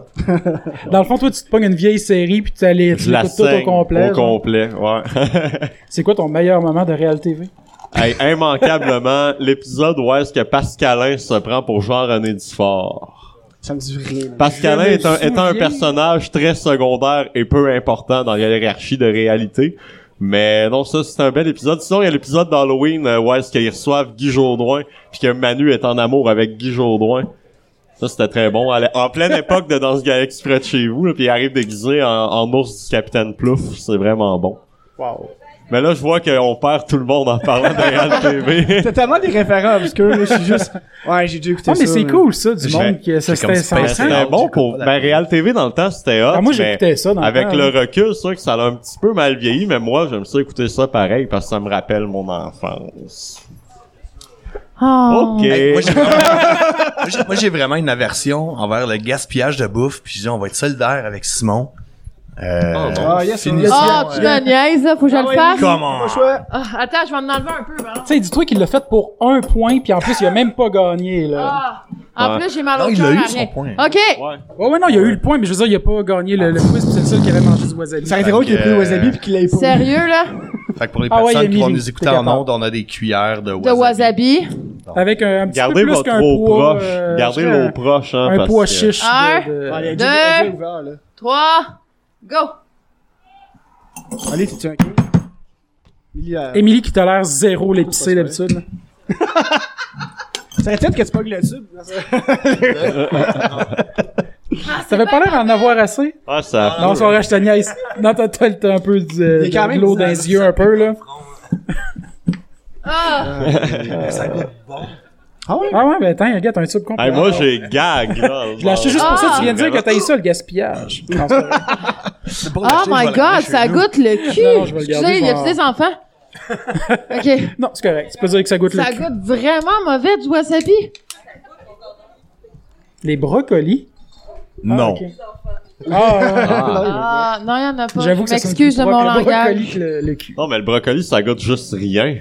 Speaker 1: dans le fond, toi, tu te pognes une vieille série, puis tu allais- tu
Speaker 5: Je la
Speaker 1: l'écoutes tout
Speaker 5: saigne
Speaker 1: au complet. genre.
Speaker 5: Au complet, ouais.
Speaker 1: C'est quoi ton meilleur moment de Real TV?
Speaker 5: Hey, immanquablement, l'épisode où est-ce que Pascalin se prend pour Jean-René Dufort.
Speaker 2: Ça me dit rien. là.
Speaker 5: Pascalin
Speaker 1: Je me
Speaker 5: est un, est un
Speaker 1: souviens.
Speaker 5: personnage très secondaire et peu important dans la hiérarchie de réalité. Mais non, ça, c'est un bel épisode. Sinon, il y a l'épisode d'Halloween euh, où est-ce qu'ils reçoivent Guy Jourdouin puis que Manu est en amour avec Guy Jourdouin. Ça, c'était très bon. À la- En pleine époque de Dans ce Galaxy près de chez vous, là, puis il arrive déguisé en, en ours du Capitaine Plouf. C'est vraiment bon.
Speaker 1: Wow.
Speaker 5: Mais là, je vois qu'on perd tout le monde en parlant de Real TV.
Speaker 2: T'as tellement des référents obscurs, là, je suis juste. Ouais, j'ai dû écouter
Speaker 1: Ah, mais
Speaker 2: ça.
Speaker 1: c'est
Speaker 2: là.
Speaker 1: cool, ça, du
Speaker 4: J'ai-
Speaker 1: monde qui ça,
Speaker 4: j'ai comme
Speaker 1: c'était
Speaker 4: Space
Speaker 1: censé.
Speaker 4: Jam.
Speaker 5: Ben, C'était bon
Speaker 4: j'écoute
Speaker 5: pour...
Speaker 4: pas la
Speaker 5: Ben,
Speaker 4: télé.
Speaker 5: Real TV, dans le temps, c'était hot.
Speaker 1: Ah, moi,
Speaker 5: mais
Speaker 1: j'écoutais ça dans
Speaker 5: Avec
Speaker 1: le, temps,
Speaker 5: le
Speaker 1: là.
Speaker 5: recul, c'est vrai que ça a un petit peu mal vieilli, mais moi, j'aime ça écouter ça pareil parce que ça me rappelle mon enfance.
Speaker 3: Oh.
Speaker 5: OK.
Speaker 4: Hey, moi, j'ai vraiment, moi, j'ai- moi, j'ai vraiment une aversion envers le gaspillage de bouffe. Puis je dis, on va être solidaire avec Simon. Euh,
Speaker 1: Oh,
Speaker 2: Ah, yes,
Speaker 4: finissons,
Speaker 2: yes,
Speaker 3: Ah,
Speaker 4: euh,
Speaker 3: tu me niaises, là, faut que je
Speaker 4: Ah,
Speaker 3: le fasse?
Speaker 4: Come on.
Speaker 2: Pas le choix.
Speaker 3: Ah, attends, je vais en enlever un peu, ben pardon.
Speaker 1: Tu sais, dis-toi qu'il l'a fait pour un point, puis en plus, il a même pas gagné, là.
Speaker 3: Ah. En
Speaker 5: Ouais.
Speaker 3: plus, j'ai mal
Speaker 4: Non,
Speaker 3: au
Speaker 4: il
Speaker 3: cœur
Speaker 4: l'a
Speaker 3: à
Speaker 4: eu, son
Speaker 3: rien.
Speaker 4: point.
Speaker 3: OK.
Speaker 5: Ouais.
Speaker 1: Ouais, ouais, non, il a eu le point, mais je veux dire, il a pas gagné le, le quiz, puis c'est le seul qui avait mangé du wasabi.
Speaker 2: Ça aurait été drôle qu'il ait pris le wasabi pis qu'il l'ait pas.
Speaker 3: Sérieux, là?
Speaker 4: Fait que pour les
Speaker 1: Ah ouais,
Speaker 4: personnes qui
Speaker 1: Émilie,
Speaker 4: vont nous écouter
Speaker 1: t'es
Speaker 4: en
Speaker 1: capable.
Speaker 4: ondes, on a des cuillères de wasabi.
Speaker 3: De wasabi.
Speaker 1: Avec un, un petit
Speaker 5: Gardez
Speaker 1: peu plus
Speaker 5: votre
Speaker 1: qu'un
Speaker 5: eau
Speaker 1: poids...
Speaker 5: proche.
Speaker 1: euh,
Speaker 5: Gardez
Speaker 1: je dirais
Speaker 5: l'eau proche, hein.
Speaker 1: Un, un
Speaker 5: parce
Speaker 1: poids
Speaker 5: que-
Speaker 1: chiche
Speaker 3: Un.
Speaker 1: de... de-
Speaker 2: Ouais, elle
Speaker 3: Deux.
Speaker 2: a déjà ouvert, là.
Speaker 3: Trois. Go. Ah,
Speaker 2: Allez, t'es-tu un Millie, euh,
Speaker 1: Émilie qui tolère zéro l'épicé d'habitude. là.
Speaker 2: Ça aurait peut-être que tu pognes le tube. dans ça.
Speaker 1: Ça avait pas l'air d'en avoir assez.
Speaker 5: Ah, ça.
Speaker 1: Non, si on rachète ta niaise. Non, t'as t'as- t'as un peu de,
Speaker 2: Il est quand
Speaker 1: de
Speaker 2: même
Speaker 1: l'eau dans les yeux, un peu, là.
Speaker 3: Ah.
Speaker 2: Ah ouais?
Speaker 1: Ah ouais, ben attends, regarde, t'as un tube complet.
Speaker 5: Hey, moi, j'ai gag, là.
Speaker 1: Je l'ai acheté juste pour ça, tu viens de dire
Speaker 5: Ah!
Speaker 1: que t'as eu ça, le gaspillage. Non, c'est vrai.
Speaker 4: Bon,
Speaker 3: Oh
Speaker 4: je vais
Speaker 3: my
Speaker 4: la
Speaker 3: god,
Speaker 4: mettre chez
Speaker 3: ça
Speaker 4: nous.
Speaker 3: goûte le cul.
Speaker 1: Non, non, je vais le garder,
Speaker 3: Excusez,
Speaker 1: je
Speaker 3: y
Speaker 1: vais
Speaker 3: a-tu
Speaker 1: en-
Speaker 3: des
Speaker 4: euh,
Speaker 3: enfants? OK.
Speaker 1: non, c'est correct. Tu peux dire que ça goûte
Speaker 3: Ça
Speaker 1: le cul.
Speaker 3: goûte vraiment mauvais du wasabi.
Speaker 1: Les brocolis. Ah,
Speaker 4: Non.
Speaker 1: ok. Ah,
Speaker 5: Ah.
Speaker 3: Ah, non, y en a pas.
Speaker 1: ouais. j'avoue que
Speaker 3: Je
Speaker 1: ça sonne
Speaker 3: m'excuse de
Speaker 1: plus
Speaker 3: mon
Speaker 1: propre, le
Speaker 3: langage.
Speaker 1: brocoli que le, le cul.
Speaker 5: Non, mais le brocoli, ça goûte juste rien.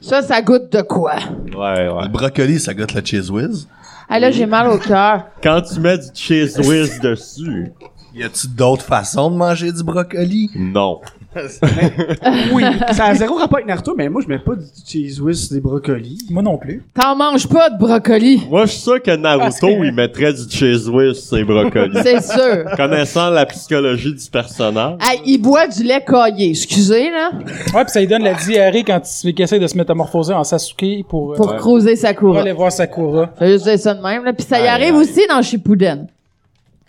Speaker 3: Ça, ça goûte de quoi?
Speaker 5: Ouais, ouais.
Speaker 4: Le brocoli, ça goûte le cheese whiz.
Speaker 3: Ah là, j'ai mal au cœur.
Speaker 5: Quand tu mets du cheese whiz dessus,
Speaker 4: Y a-tu d'autres façons de manger du brocoli?
Speaker 5: non.
Speaker 1: Oui.
Speaker 2: Ça a zéro rapport avec Naruto, mais moi, je mets pas du cheese whiz sur des brocolis.
Speaker 1: Moi non plus.
Speaker 3: T'en manges pas de brocoli.
Speaker 5: Moi, je suis sûr que Naruto, il mettrait du cheese whiz sur ses brocolis.
Speaker 3: C'est sûr.
Speaker 5: Connaissant la psychologie du personnage.
Speaker 3: Hey, il boit du lait caillé. Excusez, là.
Speaker 1: Ouais, puis ça lui donne la diarrhée quand il essaie de se métamorphoser en Sasuke pour, euh,
Speaker 3: Pour creuser
Speaker 1: pour
Speaker 3: Sakura.
Speaker 1: aller voir Sakura.
Speaker 3: Je vais juste dire ça de même, là. Puis ça y
Speaker 5: Aïe,
Speaker 3: arrive
Speaker 5: aïe.
Speaker 3: aussi dans Shippuden.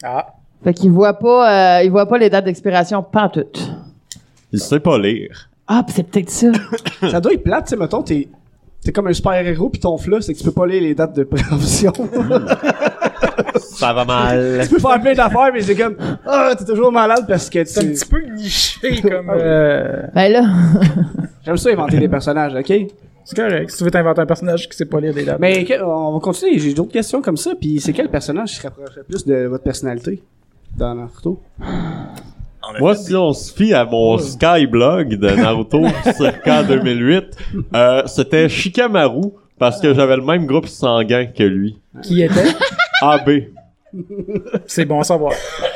Speaker 1: Ah.
Speaker 3: Fait qu'il voit pas, euh, il voit pas les dates d'expiration pantoute.
Speaker 5: Il sait pas lire.
Speaker 3: Ah, pis c'est peut-être ça.
Speaker 2: Ça doit être plate, tu sais, mettons, t'es. T'es comme un super-héros pis ton flux, c'est que tu peux pas lire les dates de préemption. tu
Speaker 5: Ça va mal.
Speaker 2: peux faire plein d'affaires, mais c'est comme, ah, t'es toujours malade parce que
Speaker 1: C'est un
Speaker 2: tu...
Speaker 1: petit peu niché comme. euh,
Speaker 3: ben là,
Speaker 2: J'aime ça inventer des personnages, ok?
Speaker 1: C'est correct. Si tu veux t'inventer un personnage qui sait pas lire des dates.
Speaker 2: Mais que- on va continuer, j'ai d'autres questions comme ça, puis c'est quel personnage qui se rapprochait plus de votre personnalité dans Naruto?
Speaker 5: Moi, si on se fie à mon Skyblog de Naruto circa 2008, euh, c'était Shikamaru parce que j'avais le même groupe sanguin que lui.
Speaker 1: Qui était
Speaker 5: AB.
Speaker 1: C'est bon à savoir.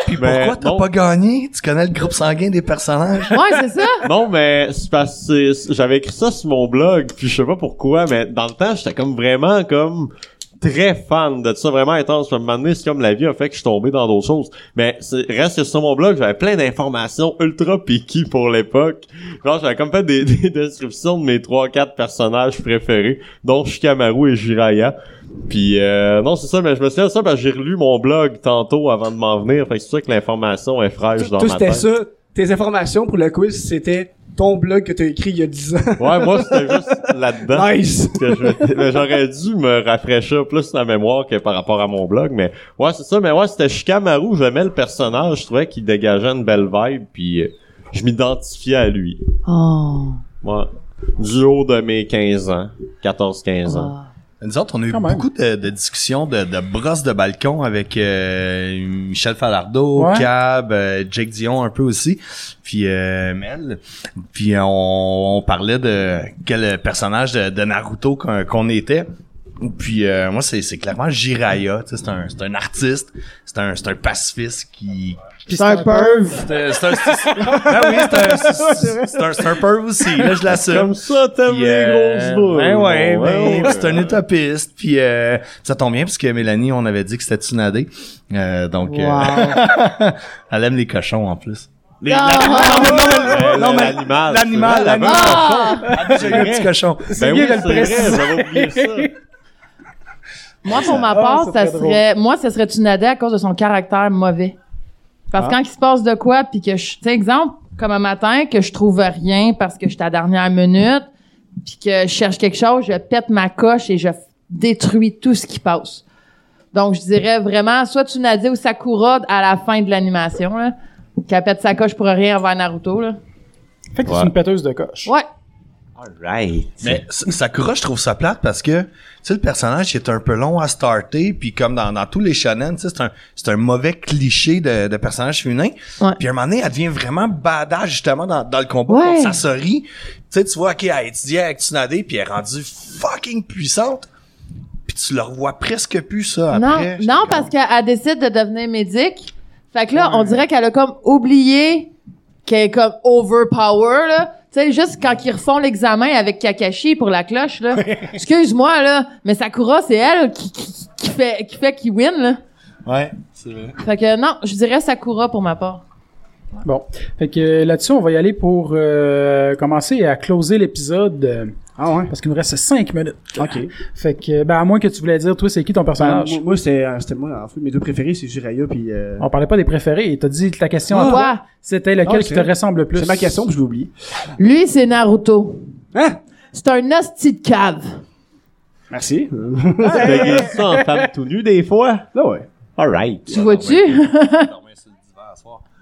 Speaker 4: Puis
Speaker 5: Mais
Speaker 4: pourquoi t'as
Speaker 5: non.
Speaker 4: pas gagné? Tu connais le groupe sanguin des personnages?
Speaker 3: Ouais, c'est ça.
Speaker 5: Non, mais c'est parce que c'est- j'avais écrit ça sur mon blog, puis je sais pas pourquoi, mais dans le temps, j'étais comme vraiment comme très fan de ça, vraiment intense. Puis à un moment donné, c'est comme la vie a fait que je suis tombé dans d'autres choses. Mais c'est- reste que sur mon blog, j'avais plein d'informations ultra piquées pour l'époque. Genre, j'avais comme fait des, des descriptions de mes trois quatre personnages préférés, dont Shikamaru et Jiraya. Puis euh, non, c'est ça, mais je me souviens de ça parce que j'ai relu mon blog tantôt avant de m'en venir. Fait que c'est sûr que l'information est fraîche dans
Speaker 2: Tout,
Speaker 5: ma
Speaker 2: c'était
Speaker 5: tête.
Speaker 2: ça. Tes informations pour le quiz, c'était ton blog que t'as écrit il y a 10 ans.
Speaker 5: Ouais, moi, c'était juste là-dedans.
Speaker 2: nice!
Speaker 5: que je- mais j'aurais dû me rafraîchir plus la mémoire que par rapport à mon blog, mais ouais, c'est ça, mais ouais, c'était Shikamaru, j'aimais le personnage, je trouvais qu'il dégageait une belle vibe, puis euh, je m'identifiais à lui,
Speaker 3: Oh.
Speaker 5: moi, du haut de mes 15 ans, 14-15 ans.
Speaker 3: Oh,
Speaker 4: Nous autres, on a eu
Speaker 1: Quand même.
Speaker 4: beaucoup de, de discussions de, de brosses de balcon avec euh, Michel Falardeau,
Speaker 1: Ouais.
Speaker 4: Cab, euh, Jake Dion un peu aussi, puis euh, Mel. Puis on, on parlait de quel personnage de, de Naruto qu'on qu'on était. Puis euh, moi, c'est c'est clairement Jiraya. tu sais, C'est un, c'est un artiste, c'est un, c'est un pacifiste qui,
Speaker 1: Puis c'est un
Speaker 4: c'est un, c'est un- c'est- ben oui, c'est un, c'est- c'est un, c'est un perv aussi, là, je l'assume.
Speaker 5: Comme ça, t'aimes
Speaker 4: Puis,
Speaker 5: les
Speaker 4: euh,
Speaker 5: grosses boules.
Speaker 4: Ah. ben ouais,
Speaker 5: Bon,
Speaker 4: ben,
Speaker 5: ouais.
Speaker 4: c'est un utopiste. Puis euh, ça tombe bien parce que Mélanie, on avait dit que c'était Tsunade. Euh, donc, euh, elle aime les cochons en plus. Les-
Speaker 3: Ah,
Speaker 5: Euh,
Speaker 4: Non, mais-
Speaker 5: l'animal.
Speaker 4: l'animal,
Speaker 5: c'est vrai,
Speaker 4: l'animal.
Speaker 3: Ah!
Speaker 5: la-
Speaker 4: J'ai eu un petit cochon.
Speaker 1: bien
Speaker 5: Ben oui,
Speaker 1: de le
Speaker 5: c'est vrai, ben-
Speaker 1: préciser.
Speaker 5: j'avais oublié ça.
Speaker 3: Moi, pour ma
Speaker 1: Ah,
Speaker 3: part,
Speaker 1: ça
Speaker 3: ça,
Speaker 1: serait
Speaker 3: serait, moi, ça serait Tunade à cause de son caractère mauvais. Parce que quand il se passe de quoi, puis que je, tu sais, exemple, comme un matin, que je trouve rien parce que je suis à la dernière minute, puis que je cherche quelque chose, je pète ma coche et je f- détruis tout ce qui passe. Donc, je dirais vraiment, soit Tunade ou Sakura à la fin de l'animation, là, qu'elle pète sa coche pour rien envers Naruto, là.
Speaker 1: Fait que
Speaker 5: Ouais.
Speaker 1: c'est une péteuse de coche.
Speaker 3: Ouais.
Speaker 4: Mais S- Sakura, je trouve ça plate parce que, tu sais, le personnage il est un peu long à starter, puis comme dans, dans tous les shonen, tu sais, c'est un, c'est un mauvais cliché de, de personnage féminin.
Speaker 3: Ouais.
Speaker 4: Puis à un moment donné, elle devient vraiment badass justement dans, dans le combat
Speaker 3: Ouais.
Speaker 4: contre Sasori. Tu sais, tu vois, OK, elle étudie avec Tsunade, puis elle est rendue fucking puissante. Puis tu la revois presque plus, ça,
Speaker 3: Non,
Speaker 4: après. J'étais
Speaker 3: non
Speaker 4: comme-
Speaker 3: parce qu'elle décide de devenir médic. Fait que là, on dirait qu'elle a comme oublié qu'elle est comme overpower, là. Tu sais, juste quand ils refont l'examen avec Kakashi pour la cloche, là. Excuse-moi, là, mais Sakura, c'est elle là, qui, qui, qui fait qui fait qui win, là.
Speaker 4: Ouais, c'est vrai.
Speaker 3: Fait que non, je dirais Sakura pour ma part.
Speaker 1: Bon. Fait que euh, là-dessus, on va y aller pour euh, commencer à closer l'épisode euh,
Speaker 2: Ah ouais?
Speaker 1: parce qu'il nous reste 5 minutes.
Speaker 2: Ok.
Speaker 1: Fait que, ben, à moins que tu voulais dire, toi, c'est qui ton
Speaker 2: Ben,
Speaker 1: personnage?
Speaker 2: moi, moi, c'était euh, c'était moi, en fait, mes deux préférés, c'est Jiraya puis. euh,
Speaker 1: On parlait pas des préférés. T'as dit ta question à
Speaker 2: Ah,
Speaker 1: toi.
Speaker 3: ouais.
Speaker 1: C'était lequel
Speaker 2: Non,
Speaker 1: qui
Speaker 2: c'est
Speaker 1: te
Speaker 2: vrai.
Speaker 1: ressemble le plus?
Speaker 2: C'est ma question, puis je l'oublie.
Speaker 3: Lui, c'est Naruto.
Speaker 2: Hein?
Speaker 3: C'est un hostie de cave.
Speaker 2: Merci.
Speaker 5: Tu déguises ça en femme tout nue des fois?
Speaker 2: Là, ouais.
Speaker 5: Alright.
Speaker 4: Ah,
Speaker 3: Tu vois-tu?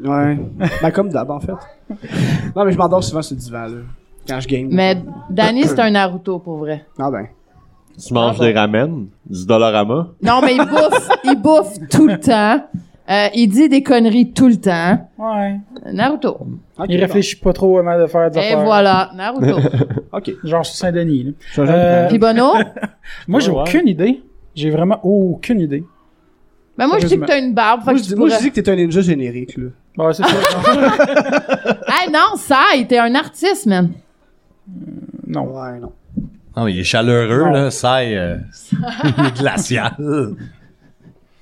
Speaker 2: Ouais. ben, comme d'hab, en fait. Non, mais je m'endors souvent sur le divan, là. Quand je gagne.
Speaker 3: mais Danny, c'est un Naruto pour vrai.
Speaker 2: Ah ben.
Speaker 5: Tu manges des ramen, du Dollarama.
Speaker 3: Non, mais il bouffe, il bouffe tout le temps. Euh, il dit des conneries tout le temps.
Speaker 1: Ouais.
Speaker 3: Naruto.
Speaker 2: Ok,
Speaker 1: Il réfléchit pas trop avant de faire des
Speaker 3: Et
Speaker 1: affaires.
Speaker 3: voilà, Naruto.
Speaker 2: bon. Ok.
Speaker 1: Genre sur Saint-Denis. là.
Speaker 2: Je vais jamais
Speaker 1: Euh,
Speaker 2: prendre.
Speaker 3: Puis Bono,
Speaker 1: Moi, j'ai
Speaker 5: Ouais, ouais.
Speaker 1: aucune idée. J'ai vraiment aucune idée.
Speaker 3: ben moi je dis que t'as une barbe, fait
Speaker 2: Moi,
Speaker 3: que
Speaker 2: je
Speaker 3: tu
Speaker 2: dis, moi, je
Speaker 3: pourrais...
Speaker 2: dis que t'es un ninja générique, là.
Speaker 1: Bon, c'est ça.
Speaker 3: Ah non, ça, t'es un artiste, man.
Speaker 1: Non.
Speaker 2: Ouais, non.
Speaker 4: Non, il est chaleureux, là, ça, euh, glacial.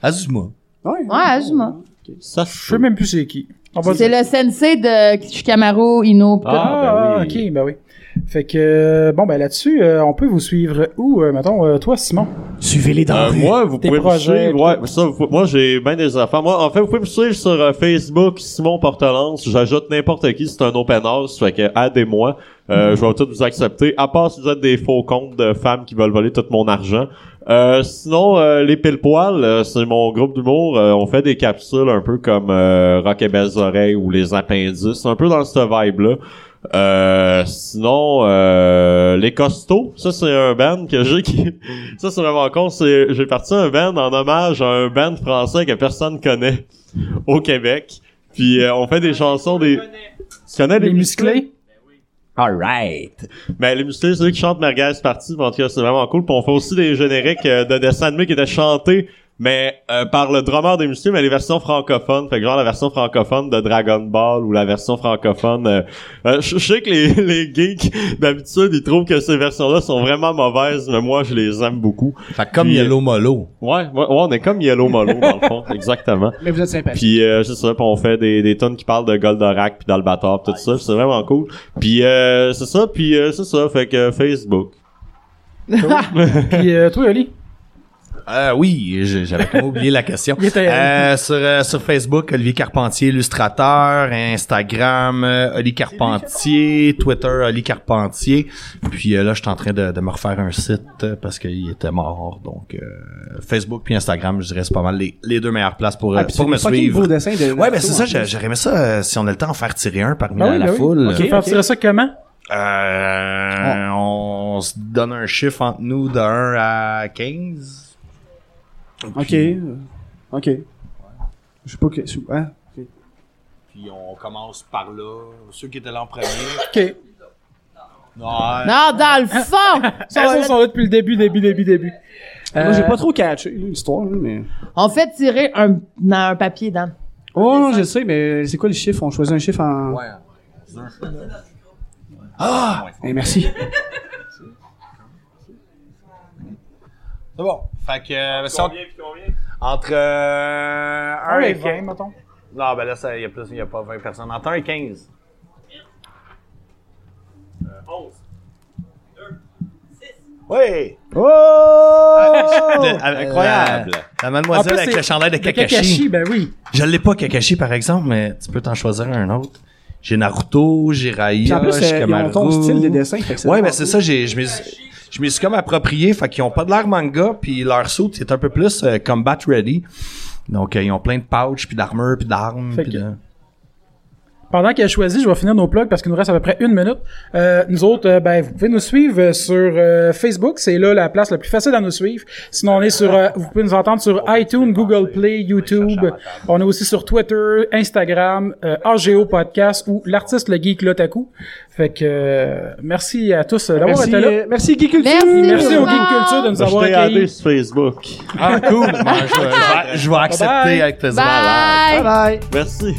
Speaker 4: Azuma.
Speaker 2: Ouais,
Speaker 3: Ouais, Azuma.
Speaker 5: Ça
Speaker 1: Je sais même plus c'est qui. On va
Speaker 3: C'est
Speaker 1: dire.
Speaker 3: le sensei de Shikamaru Ino. pis tout.
Speaker 5: Ah,
Speaker 1: Ah,
Speaker 5: ben oui.
Speaker 1: ok, ben oui. Fait que, euh, bon, ben là-dessus, euh, on peut vous suivre où, euh, mettons, euh, toi, Simon?
Speaker 2: Suivez-les dans
Speaker 5: Euh,
Speaker 2: la rue.
Speaker 5: moi, vous
Speaker 1: Tes
Speaker 5: pouvez me
Speaker 1: projets,
Speaker 5: suivre. Ouais, ça, vous pouvez- moi, j'ai bien des affaires. Moi, en fait, vous pouvez me suivre sur euh, Facebook, Simon Portelance. J'ajoute n'importe qui, c'est un open house. Fait que, aidez-moi. Euh, Je vais tout vous accepter. À part si vous êtes des faux comptes de femmes qui veulent voler tout mon argent. Euh, sinon, euh, les pile poils, c'est mon groupe d'humour. Euh, on fait des capsules un peu comme euh, Rock et Belles Oreilles ou Les Appendices. Un peu dans ce vibe-là. Euh, sinon, euh, les costauds, ça c'est un band que j'ai qui, ça c'est vraiment con, c'est j'ai parti un band en hommage à un band français que personne connaît au Québec. Puis euh, on fait des chansons des, tu connais les,
Speaker 1: Les musclés?
Speaker 5: Alright. Ben, les musclés, c'est eux qui chantent Merguez Party. En tout cas, c'est vraiment cool. Puis on fait aussi des génériques euh, de dessins animés qui étaient chantés mais euh, par le drummer des muscles, mais les versions francophones. Fait que genre la version francophone de Dragon Ball ou la version francophone. euh, euh, je je sais que les, les geeks, d'habitude, ils trouvent que ces versions-là sont vraiment mauvaises, mais moi, je les aime beaucoup.
Speaker 4: Fait que comme
Speaker 5: Puis-
Speaker 4: Yellow Molo.
Speaker 5: Ouais, ouais, ouais, on est comme Yellow Molo, dans le fond. Exactement.
Speaker 2: Mais vous êtes sympathique.
Speaker 5: Puis euh, c'est ça, puis on fait des, des tonnes qui parlent de Goldorak puis d'Albator, puis tout ça, puis c'est vraiment cool. Puis euh, c'est ça, puis euh, c'est ça, fait que euh, Facebook.
Speaker 1: Puis euh, toi, Oli,
Speaker 4: Euh, oui, je- j'avais comme oublié la question.
Speaker 1: Il était-
Speaker 4: Euh, sur, euh, sur Facebook, Olivier Carpentier, illustrateur, Instagram, euh, Oli Carpentier, Twitter, Oli Carpentier. Puis euh, là, je suis en train de, de me refaire un site euh, parce qu'il était mort. Donc, euh, Facebook puis Instagram, je dirais, c'est pas mal les, les deux meilleures places pour, euh,
Speaker 2: Ah, puis c'est
Speaker 4: pour me
Speaker 2: des fucking
Speaker 4: suivre.
Speaker 2: beaux dessins de- hein.
Speaker 4: ouais, ben c'est ça,
Speaker 2: en
Speaker 4: j'a-
Speaker 2: plus.
Speaker 4: j'aurais aimé ça, euh, si on a le temps, en faire tirer un parmi
Speaker 1: Ben
Speaker 4: la,
Speaker 1: oui,
Speaker 4: la
Speaker 1: ben oui.
Speaker 4: foule.
Speaker 1: tu veux faire tirer ça comment?
Speaker 4: Euh, On se donne un chiffre entre nous de 1 à 15.
Speaker 2: Ok. euh, Ok. Je sais pas que. je- Hein?
Speaker 4: Puis on commence par là. Ceux qui étaient là en premier.
Speaker 1: OK.
Speaker 4: Non,
Speaker 1: Ah.
Speaker 3: Non, dans le fond!
Speaker 1: Ça, ils sont là depuis le début, début, début, début.
Speaker 2: Moi, j'ai
Speaker 1: Euh,
Speaker 2: pas trop catché là, l'histoire, là, mais.
Speaker 3: On fait tirer un, dans un papier, Dan.
Speaker 2: Oh, non, je sais, mais c'est quoi les chiffres? On choisit un chiffre en.
Speaker 4: Ouais.
Speaker 2: Eh, merci.
Speaker 4: C'est bon. Fait que. euh, si on-
Speaker 6: Combien puis combien?
Speaker 4: entre 1
Speaker 1: un
Speaker 4: et
Speaker 1: et
Speaker 4: 15.
Speaker 1: vingt, mettons.
Speaker 4: Non, ben là, ça- il y a plus, il n'y a pas 20 personnes. Entre 1 et 15.
Speaker 6: 11.
Speaker 4: Oui!
Speaker 2: Oh!
Speaker 5: Incroyable.
Speaker 4: Ah,
Speaker 1: En
Speaker 4: la
Speaker 1: plus,
Speaker 4: mademoiselle avec
Speaker 1: c'est-
Speaker 4: le chandail de
Speaker 1: de
Speaker 4: Kakashi.
Speaker 1: ben oui.
Speaker 4: Je l'ai pas, Kakashi, par exemple, mais tu peux t'en choisir un autre. J'ai Naruto, j'ai
Speaker 2: Puis en
Speaker 4: Raya,
Speaker 2: plus,
Speaker 4: j'ai
Speaker 2: euh, ils ont
Speaker 4: Kamaru.
Speaker 2: ton style de dessin. fait que
Speaker 4: Ouais,
Speaker 2: vraiment
Speaker 4: mais c'est ça, j'ai, je m'y suis- je m'y suis comme approprié. Fait qu'ils ont pas de l'air manga, puis leur saut est un peu plus euh, combat ready. Donc, euh, ils ont plein de pouches, puis d'armure, puis d'armes.
Speaker 1: Fait
Speaker 4: puis
Speaker 1: que-
Speaker 4: de-
Speaker 1: Pendant qu'elle choisit, je vais finir nos plugs parce qu'il nous reste à peu près une minute. Euh, nous autres, euh, ben, vous pouvez nous suivre euh, sur euh, Facebook. C'est là la place la plus facile à nous suivre. Sinon, on est sur, euh, vous pouvez nous entendre sur iTunes, Google Play, YouTube. On est aussi sur Twitter, Instagram, euh, RGO Podcast ou l'artiste le geek Lotaku. Fait que, euh, merci à tous euh, d'avoir
Speaker 2: Merci,
Speaker 1: été là.
Speaker 2: euh, merci Guy Culture.
Speaker 3: Merci,
Speaker 1: Merci
Speaker 3: au
Speaker 1: au
Speaker 3: revoir.
Speaker 1: Geek Culture de nous avoir
Speaker 5: Je t'ai aidé
Speaker 1: accueillis.
Speaker 5: sur Facebook.
Speaker 4: Ah, cool! Moi, je, vais- je vais accepter
Speaker 1: Bye-bye.
Speaker 4: avec plaisir.
Speaker 3: Bye!
Speaker 2: Bye bye.
Speaker 5: Merci.